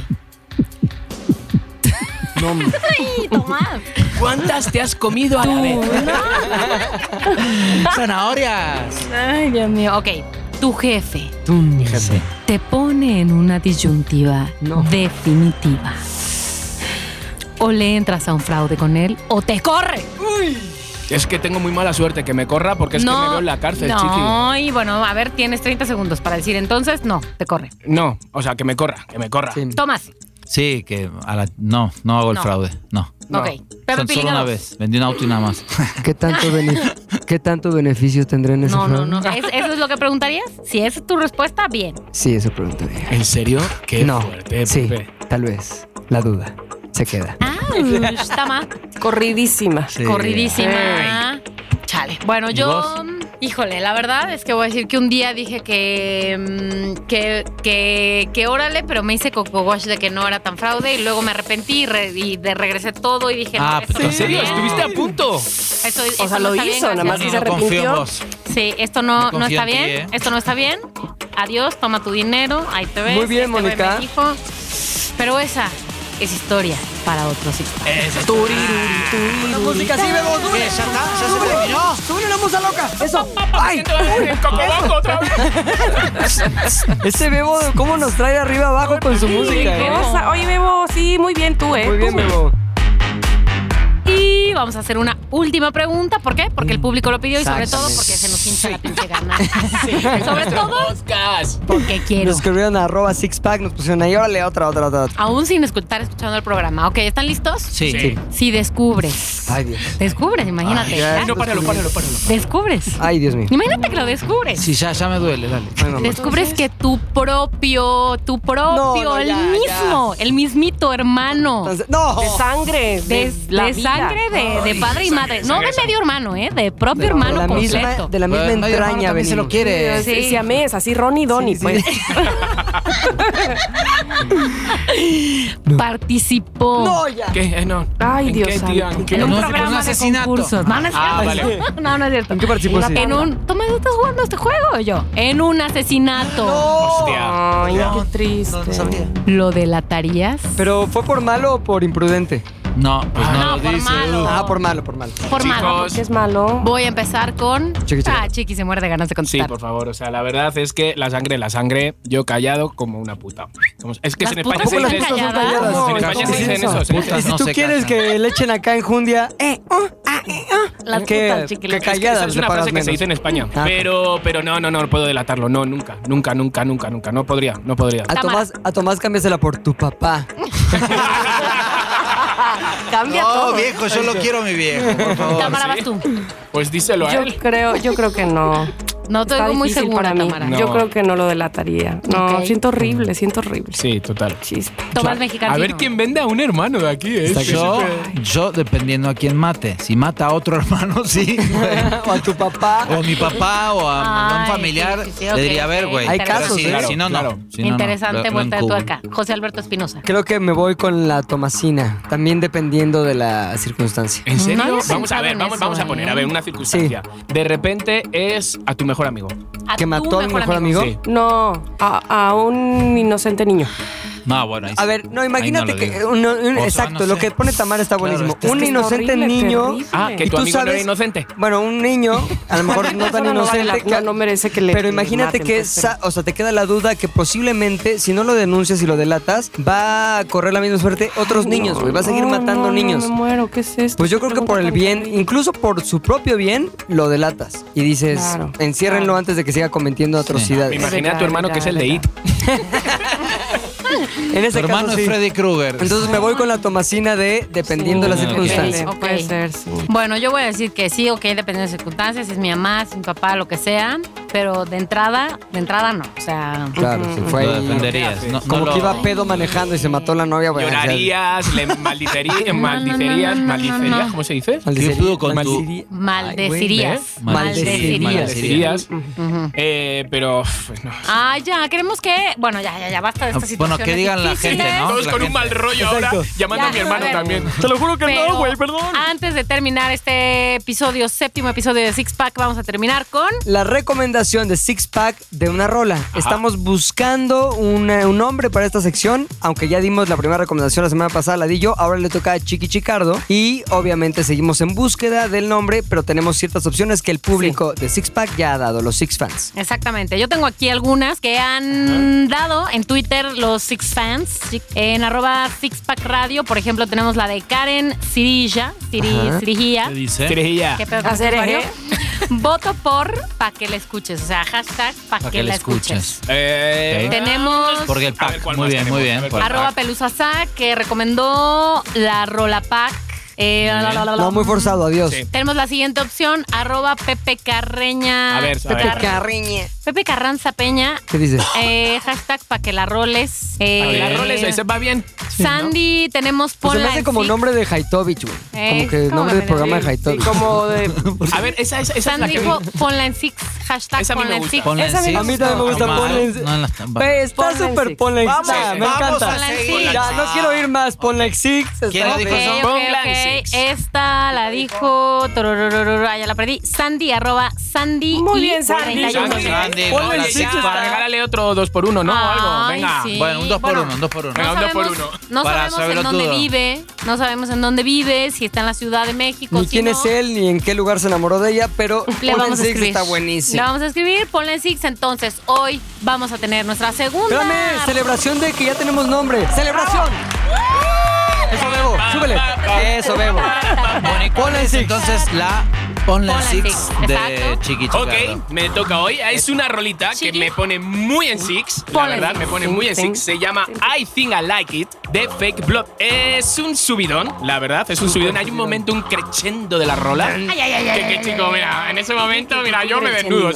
S4: No,
S1: Ay, Tomás.
S2: ¿Cuántas te has comido a la vez?
S5: ¡Zanahorias!
S1: Ay, Dios mío. Ok. Tu jefe
S4: tú, mi jefe.
S6: Te pone en una disyuntiva
S4: No.
S6: definitiva. O le entras a un fraude con él o te corre.
S2: Es que tengo muy mala suerte que me corra porque es que me veo en la cárcel,
S1: no,
S2: chiqui.
S1: y bueno, a ver, tienes 30 segundos para decir entonces, no, te corre.
S2: No, o sea, que me corra, que me corra.
S4: Sí.
S1: Tomás.
S5: Sí, que a la- no, no hago el
S1: No.
S5: fraude, no.
S2: No.
S1: Ok. Pepe
S5: Son solo
S1: Pilinga
S5: una
S1: dos.
S5: vez. Vendí un auto y nada más.
S4: ¿Qué tanto, bene- ¿Qué tanto beneficio tendré en ese
S1: No, no,
S4: fraude?
S1: no. ¿Es- ¿Eso es lo que preguntarías? Si esa es tu respuesta, bien.
S4: Sí, eso preguntaría.
S2: ¿En serio? Qué
S4: no.
S2: fuerte,
S4: sí,
S2: Pepe.
S4: tal vez. La duda se queda.
S1: Ouch, Tama.
S3: Corridísima.
S5: Sí.
S1: Corridísima. Chale. Bueno, yo.
S5: vos?
S1: Híjole, la verdad es que voy a decir que un día dije que. mm, que. que. que órale, pero me hice coco wash de que no era tan fraude y luego me arrepentí y, re- y de regresé todo y dije.
S5: Ah,
S1: no, esto
S5: pero
S2: ¿En
S1: no-
S2: serio?
S5: Sí.
S2: ¿Estuviste a punto?
S1: Esto-
S3: O
S1: esto no
S3: sea, lo
S1: está bien,
S3: hizo, nada más
S1: gracias.
S3: que
S5: Y
S3: se
S5: no confío en
S3: arrepintió.
S5: vos.
S1: Sí, esto no,
S5: No
S1: no está
S5: confío en ti,
S1: bien.
S5: ¿eh?
S1: Esto no está bien. Adiós, toma tu dinero. Ahí te ves.
S4: Muy bien,
S1: ahí te ve
S4: Mónica.
S1: mi hijo. Pero esa es historia para otros. Six
S5: Eh.
S1: Pack.
S4: La música sí, Bebo.
S5: ¿Qué? Eh, ¿Ya está? ¿Ya se terminó?
S4: ¡Súbele la música loca! ¡Eso! ¡Ay!
S2: El cocobongo otra vez.
S4: Ese Bebo, ¿cómo nos trae arriba abajo con su música?
S3: Qué
S4: eh?
S3: cosa. Oye, Bebo, sí, muy bien tú, ¿eh?
S4: Muy bien,
S3: Tú.
S4: Bebo.
S1: Y vamos a hacer una última pregunta. ¿Por qué?
S4: Mm,
S1: Porque el público lo pidió y sobre todo
S4: Exactamente.
S1: porque se nos hincha la pinche gana. sobre todo
S2: Podcast.
S1: porque quiero.
S4: Nos escribieron a arroba sixpack, nos pusieron ahí, órale, otra, otra, otra, otra.
S1: Aún sin escuchar, escuchando el programa. Ok, ¿están listos?
S5: Sí.
S2: Sí.
S1: Si descubres.
S4: Ay, Dios.
S1: Descubres, imagínate.
S5: Ay,
S1: ya.
S2: Ay, no, páralo, páralo, páralo.
S1: Descubres.
S4: Ay, Dios mío.
S1: Imagínate que lo descubres.
S5: Sí, ya, ya me duele, dale.
S4: Bueno, pues, mamá.
S1: Descubres que tu propio, tu propio,
S4: no,
S1: el
S4: ya, ya.
S1: mismo, el mismito hermano.
S4: Entonces- ¡No!
S3: De sangre.
S1: De,
S3: De, la
S1: de
S3: vida.
S1: sangre de, de padre y madre. No de medio hermano, ¿eh? De propio
S4: de
S1: hermano
S4: la misma,
S1: completo.
S4: de la misma
S5: Bueno, medio hermano
S4: entraña,
S5: también se lo
S4: venimos.
S5: quiere.
S1: Sí.
S3: Sí. Siamés, así Ronnie y Donnie,
S4: Sí, sí.
S3: pues.
S1: Participó.
S4: No, ya.
S2: ¿Qué? Eh, no.
S3: Ay,
S2: ¿En
S3: Dios
S2: qué,
S3: santo.
S2: tía? ¿En qué?
S1: En un
S5: No,
S1: programa
S5: en un
S1: de
S5: asesinato.
S1: concursos. No, no es
S2: Ah,
S1: cierto. No, no es cierto.
S4: ¿En qué participó ese?
S1: En un... ¿Tú me estás jugando este juego o yo? En un asesinato.
S2: Hostia.
S3: Ay, no, qué triste.
S1: ¿Lo delatarías?
S4: ¿Pero fue por malo o por imprudente?
S5: No, pues
S2: Ah,
S5: no,
S1: no,
S5: lo
S1: por
S5: dice.
S1: malo.
S5: uh.
S4: Ah, por malo, por malo.
S1: Por malo.
S3: ¿Qué es malo?
S1: Voy a empezar con...
S4: Chiqui, chiqui.
S1: Ah, Chiqui se muere de ganas de
S2: Sí,
S1: contestar.
S2: por favor. O sea, la verdad es que la sangre, la sangre, yo callado como una puta. Como- Es que
S1: ¿Las
S2: en España
S1: putas
S2: se
S1: están
S2: dicen eso.
S1: calladas?
S4: ¿Cómo?
S2: En España
S4: ¿Cómo
S2: se dicen
S4: es eso?
S2: eso. se dicen
S5: Putas
S4: Y
S2: eso.
S4: si
S5: no
S4: tú
S5: se
S4: quieres
S5: casan.
S4: que le echen acá enjundia, eh, oh, ah, eh, oh.
S1: Las
S4: que,
S1: putas, chiqui,
S4: que
S1: las putas.
S2: Esa
S4: calladas
S2: es
S4: le
S2: una
S4: pagas
S2: frase que se
S4: menos.
S2: dice en España.
S4: Ah.
S2: Pero, pero no, no, no puedo delatarlo. No, nunca, nunca, nunca, nunca, nunca. No podría, no podría.
S4: A Tomás, a Tomás cámbiasela por tu papá.
S3: Cambia
S5: No,
S3: todo.
S5: viejo, yo lo quiero a mi viejo, por favor.
S1: Tamara, vas
S2: sí.
S1: tú.
S2: Pues díselo a
S3: Yo
S4: ¿eh?
S2: él.
S3: creo, yo creo que no.
S1: No te
S3: Está
S1: veo muy
S3: difícil
S1: segura,
S3: para mí.
S1: Tamara.
S2: No.
S3: Yo creo que no lo delataría. No,
S1: Ok.
S3: siento horrible, siento horrible.
S2: Sí, total.
S3: Chispa.
S1: Tomás mexicano.
S2: A ver quién vende a un hermano de aquí. ¿eh?
S5: Yo, yo, dependiendo a quién mate. Si mata a otro hermano, sí. güey.
S4: o a tu papá.
S5: O a mi papá o a
S1: Ay,
S5: un familiar,
S1: sí, sí, sí,
S5: le
S1: ok,
S5: diría, a ver,
S1: ok,
S5: güey.
S4: Hay
S5: pero
S4: casos,
S5: sí,
S4: ¿eh?
S5: Si no,
S2: Claro.
S5: no. Si no, no.
S1: Interesante
S5: Lo- lo
S1: vuelta de tu
S5: encubo.
S1: acá. José Alberto Espinosa.
S4: Creo que me voy con la Tomasina, también dependiendo de la circunstancia.
S2: ¿En
S1: No
S2: serio?
S1: había
S2: vamos
S1: pensado
S2: a ver,
S1: en
S2: vamos,
S1: eso,
S2: vamos
S1: ¿eh?
S2: a poner, a ver, una circunstancia. De repente es a tu mejor amigo.
S1: A
S4: ¿Que
S1: tu
S4: mató a mi mejor amigo?
S2: Sí.
S3: No, a, a un inocente niño.
S5: No, bueno. ahí
S4: A
S5: sí.
S4: ver, no,
S5: Ahí
S4: imagínate
S5: lo
S4: que.
S5: digo.
S4: un- un-
S5: O sea,
S4: exacto,
S5: no
S4: lo
S5: sé.
S4: que pone Tamara está
S5: Claro,
S4: buenísimo.
S5: está-
S4: un
S3: Es
S4: inocente
S3: horrible,
S4: niño.
S3: terrible.
S2: Ah,
S4: ¿Y
S2: que tu
S4: tú
S2: amigo no
S4: sabes?
S2: era inocente.
S4: Bueno, un niño, a lo mejor no tan
S3: Eso no vale
S4: inocente.
S3: la-
S4: que-
S3: no, no merece que le-
S4: Pero
S3: que
S4: imagínate
S3: maten,
S4: que,
S3: pues, pero-
S4: sa- o sea, te queda la duda que posiblemente, si no lo denuncias y lo delatas, va a correr la misma suerte otros niños, güey. Va a seguir
S3: No, Oh,
S4: matando
S3: no, no,
S4: niños.
S3: me muero, ¿qué es esto?
S4: Pues yo creo que por el bien, incluso por su propio bien, lo delatas. Y dices,
S3: Claro,
S4: enciérrenlo
S3: claro.
S4: antes de que siga cometiendo atrocidades.
S2: Imagina a tu
S3: Claro,
S2: hermano que es el de
S3: claro,
S2: IT.
S4: En
S5: Tu
S4: ese
S5: hermano
S4: caso,
S5: es
S4: sí.
S5: Freddy Krueger.
S4: Entonces me voy con la tomacina de dependiendo de la
S5: Sí.
S4: circunstancia.
S1: Ok.
S3: Puede ser, sí.
S1: Bueno, yo voy a decir que sí, ok, depende de las circunstancias, si es mi mamá, si es mi papá, lo que sea. pero de entrada, de entrada no. O sea,
S4: Claro, se fue
S5: Lo
S4: ahí.
S5: defenderías. No, no
S4: pues, Como
S5: lo-
S4: que iba pedo manejando y se mató la novia. bueno, o sea,
S2: Llorarías, le maldicerías, maldicerías, maldicerías, ¿cómo se dice?
S4: maldecería-
S5: ¿Qué pudo con tu-
S4: maldecería-
S1: maldecirías.
S2: ¿ves?
S4: Maldecirías.
S2: Maldicerías. Eh, pero, pues no.
S1: Ah, ya, queremos que. Bueno, ya, ya, ya, basta de esta situación.
S5: Ah, Bueno, que digan la gente, ¿no?
S2: Todos
S5: La
S2: con un
S5: gente-
S2: mal rollo ahora, llamando
S1: Ya,
S2: a mi hermano
S1: joder.
S2: también. Te lo juro
S1: Pero Antes de terminar este episodio, séptimo episodio de Six Pack, vamos a terminar con.
S4: La recomendación de Six Pack de una rola. Estamos buscando un, eh, un nombre para esta sección, aunque ya dimos la primera recomendación la semana pasada, la di yo. Ahora le toca a Chiqui Chicardo. Y obviamente seguimos en búsqueda del nombre, pero tenemos ciertas opciones que el público de Six Pack ya ha dado, los Six Fans.
S1: Exactamente. Yo tengo aquí algunas que han dado en Twitter los Six Fans. En arroba Six Pack Radio, por ejemplo, tenemos la de Karen Cirilla. Ciri,
S4: Ajá.
S1: Cirilla.
S5: ¿Qué dice?
S2: Cerejilla.
S1: ¿Qué pedo con
S3: Hacer
S1: este usuario?
S3: eje.
S1: Voto por pa' que la escuches. O sea, hashtag pa'
S5: Para
S1: que, la escuches.
S2: Eh,
S5: Ok.
S1: Tenemos
S5: Porque el
S2: A ver,
S5: pack.
S2: ¿cuál
S5: Muy
S2: más
S5: bien, muy
S2: tenemos?
S5: bien.
S2: A ver,
S5: por el
S1: Arroba
S5: pack.
S1: Pelusasa que recomendó la Rola Pack. Eh,
S5: Muy bien.
S1: la, la, la, la.
S4: No, muy forzado, adiós.
S2: Sí.
S1: Tenemos la siguiente opción, arroba Pepe Carreña.
S2: A ver, a
S1: Pepe,
S2: ver.
S1: Car- Pepe Carranza Peña.
S4: ¿Qué dices?
S1: eh, hashtag pa' que la roles. Eh,
S2: a ver, las roles, ese va bien.
S1: Sandy, tenemos
S4: Pues se me
S1: Ponla
S4: hace
S1: en
S4: como
S1: Six.
S4: nombre de Haitovich, güey.
S1: Eh,
S4: Como que
S1: es como
S4: nombre del
S1: medio-
S4: programa de
S3: Sí,
S4: Haitovich.
S3: como de.
S2: A ver, esa, esa, esa es la
S1: Sandy
S2: que
S1: dijo
S2: vi.
S1: ponla en six. Hashtag
S2: Esa a mí
S1: ponla
S2: me
S1: en
S2: gusta.
S1: six.
S5: Ponla en
S3: Esa sí
S5: six.
S4: A mí también me gusta
S5: No,
S4: ponle.
S5: no, no, no.
S4: Güey, está
S3: Ponle en
S4: súper
S3: Six.
S4: ponle. en
S5: Vamos,
S4: Six. me
S5: vamos
S4: encanta.
S5: a
S1: Ponla en
S5: seguir.
S1: Six.
S4: Ya, no quiero ir más. Ponle Six.
S5: ¿Quién lo
S1: Ok,
S5: dijo
S1: ok,
S5: eso?
S2: Ponla en
S1: ok.
S2: six.
S1: Esta la dijo. tororororo, ah, ya la perdí. Sandy, arroba Sandy.
S3: Muy
S1: y
S3: bien, Sandy.
S1: 41.
S2: Sandy,
S5: Sandy,
S2: ponle
S5: ponla
S2: el
S5: en
S2: six,
S5: six.
S2: para regálale otro dos por uno, ¿no? O algo.
S1: Ay,
S2: Venga.
S1: sí.
S5: Bueno, un dos por
S1: Bueno,
S5: uno, un dos por uno.
S1: No
S2: Venga, un dos por
S1: sabemos,
S2: uno.
S1: no
S5: Para
S1: sabemos en
S5: saberlo
S1: dónde
S5: todo.
S1: vive, no sabemos en dónde vive, si está en la Ciudad de México.
S4: Ni
S1: si
S4: quién
S1: no.
S4: es él, ni en qué lugar se enamoró de ella, pero
S1: Le
S4: Ponle
S1: vamos a
S4: Six
S1: escribir.
S4: está
S1: Le
S4: buenísimo.
S1: vamos a escribir, ponle en Six. Entonces, hoy vamos a tener nuestra segunda.
S4: Espérame, celebración de que ya tenemos nombre. ¡Celebración! Eso bebo, súbele. Eso bebo.
S5: Bueno, y ¿cuál es entonces la Ponla en
S1: Ponla en
S5: Six
S1: Six,
S5: de
S1: exacto.
S5: Chiqui Chicardo?
S2: Ok, me toca hoy. Es una rolita que
S1: Chiqui.
S2: me pone muy en six. La
S1: Ponla en
S2: verdad,
S1: six.
S2: me pone muy en six. Se llama I Think I Like It de Fake Blood. Es un subidón, la verdad, es un subidón. Hay un momento, un crescendo de la rola. Que, que chico, mira, en ese momento, mira, yo me desnudo.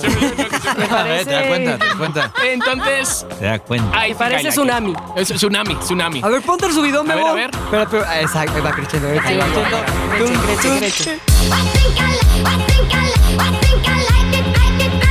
S5: A ver, te das cuenta, te das cuenta.
S2: Entonces,
S5: Te das cuenta.
S2: I Think I
S3: Parece
S2: Like It.
S3: tsunami.
S2: Es tsunami, tsunami.
S4: A ver, ponte el subidón,
S2: A ver,
S4: bebo.
S2: a ver.
S4: Espera, pero, ah, exacto, ahí va creciendo, ahí va creciendo. Tum, tum.
S7: I think I like, I think I like, I think I like it, like it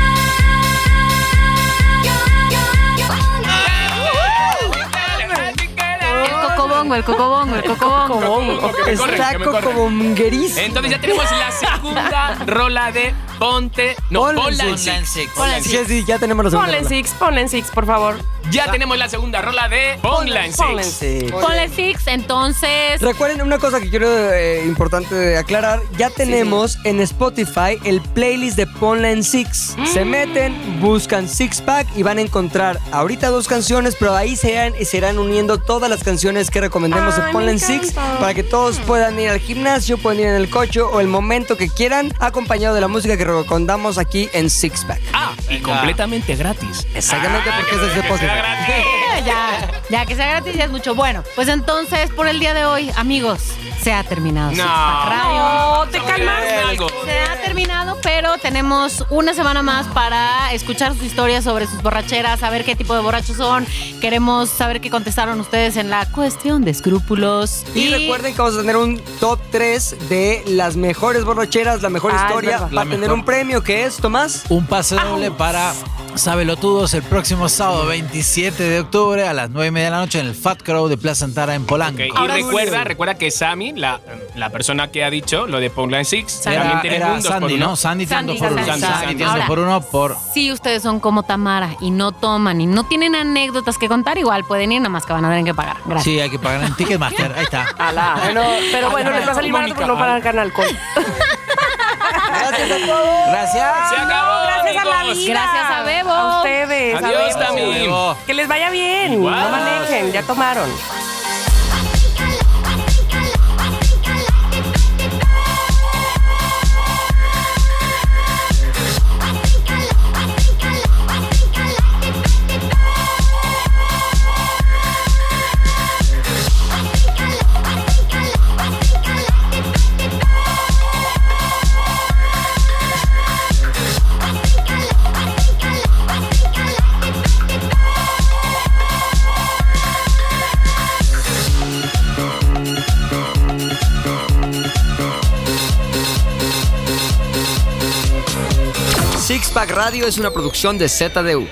S1: El cocobongo, el cocobongo, el cocobongo.
S2: Que me corren, que
S4: Está
S2: me corren.
S4: cocobonguerísimo.
S2: Entonces ya tenemos la segunda rola de Ponte. No,
S4: Ponla en
S2: Ponla en
S5: Ponla en
S2: Six.
S5: Six.
S1: Ponla en
S4: Sí, sí, ya tenemos la
S3: Ponle en
S4: segunda.
S3: six, ponle en six, por favor.
S5: Ah.
S2: Ya tenemos la segunda rola de Ponla en
S3: Ponle en
S2: Six.
S3: six.
S1: Ponle en Six, entonces.
S4: Recuerden una cosa que quiero eh, importante aclarar. Ya tenemos en Spotify el playlist de Ponla en Six. Se
S3: Mm.
S4: meten, buscan Six Pack y van a encontrar ahorita dos canciones, pero ahí se irán, se irán uniendo todas las canciones que recomendemos
S3: Ay,
S4: en Ponla
S3: me
S4: en Six
S3: encanta.
S4: para que todos puedan ir al gimnasio, pueden ir en el coche o el momento que quieran, acompañado de la música que recomendamos aquí en Six Pack.
S2: Ah, y
S5: Venga.
S2: completamente gratis.
S4: Exactamente porque
S3: ah,
S4: es de Spotify.
S1: eh, Ya, ya que sea gratis ya es mucho. Bueno, pues entonces por el día de hoy, amigos, se ha terminado. Six
S2: No.
S1: Pack Radio.
S3: No, te calmas.
S2: Algo.
S1: Se ha terminado, pero tenemos una semana más para escuchar sus historias sobre sus borracheras, saber qué tipo de borrachos son. Queremos saber qué contestaron ustedes en la cuestión de escrúpulos.
S4: Y, recuerden que vamos a tener un top 3 de las mejores borracheras, la mejor
S3: Ah, es
S4: historia.
S3: verdad.
S4: Va a
S5: La
S4: tener
S5: mejor.
S4: un premio que es, Tomás.
S5: Un pase doble para Sabelotudos el próximo sábado 27 de octubre a las 9 y media de la noche en el Fat Crow de Plaza Antara en Polanco.
S2: Ok, Y recuerda, recuerda que Sammy, la, la persona que ha dicho lo de Ponla en Six,
S5: Era,
S2: también tiene
S5: era
S2: un dos por
S5: Sandy,
S2: uno.
S5: ¿no? Sandy tiene
S1: Sandy,
S5: dos por uno.
S2: Sandy, Sandy.
S5: Sandy tiene
S1: Ahora.
S5: dos por uno por
S1: Si ustedes son como Tamara y no toman y no tienen anécdotas que contar, igual pueden ir, nada más que van a tener que pagar. Gracias.
S5: Sí, hay que pagar en Ticketmaster. Ahí está.
S3: Ala. pero bueno, les va a salir barato porque no van a ganar alcohol.
S4: Gracias a todos.
S5: Gracias.
S2: Se acabó.
S3: Gracias a la
S2: amigos.
S3: vida.
S1: Gracias a Bebo.
S3: A ustedes. a
S2: Adiós,
S3: Bebo.
S2: Tami.
S5: Luego.
S3: Que les vaya bien. No
S2: Igual.
S3: manejen, ya tomaron.
S7: Thank you.
S4: Flashback Radio es una producción de ZDU.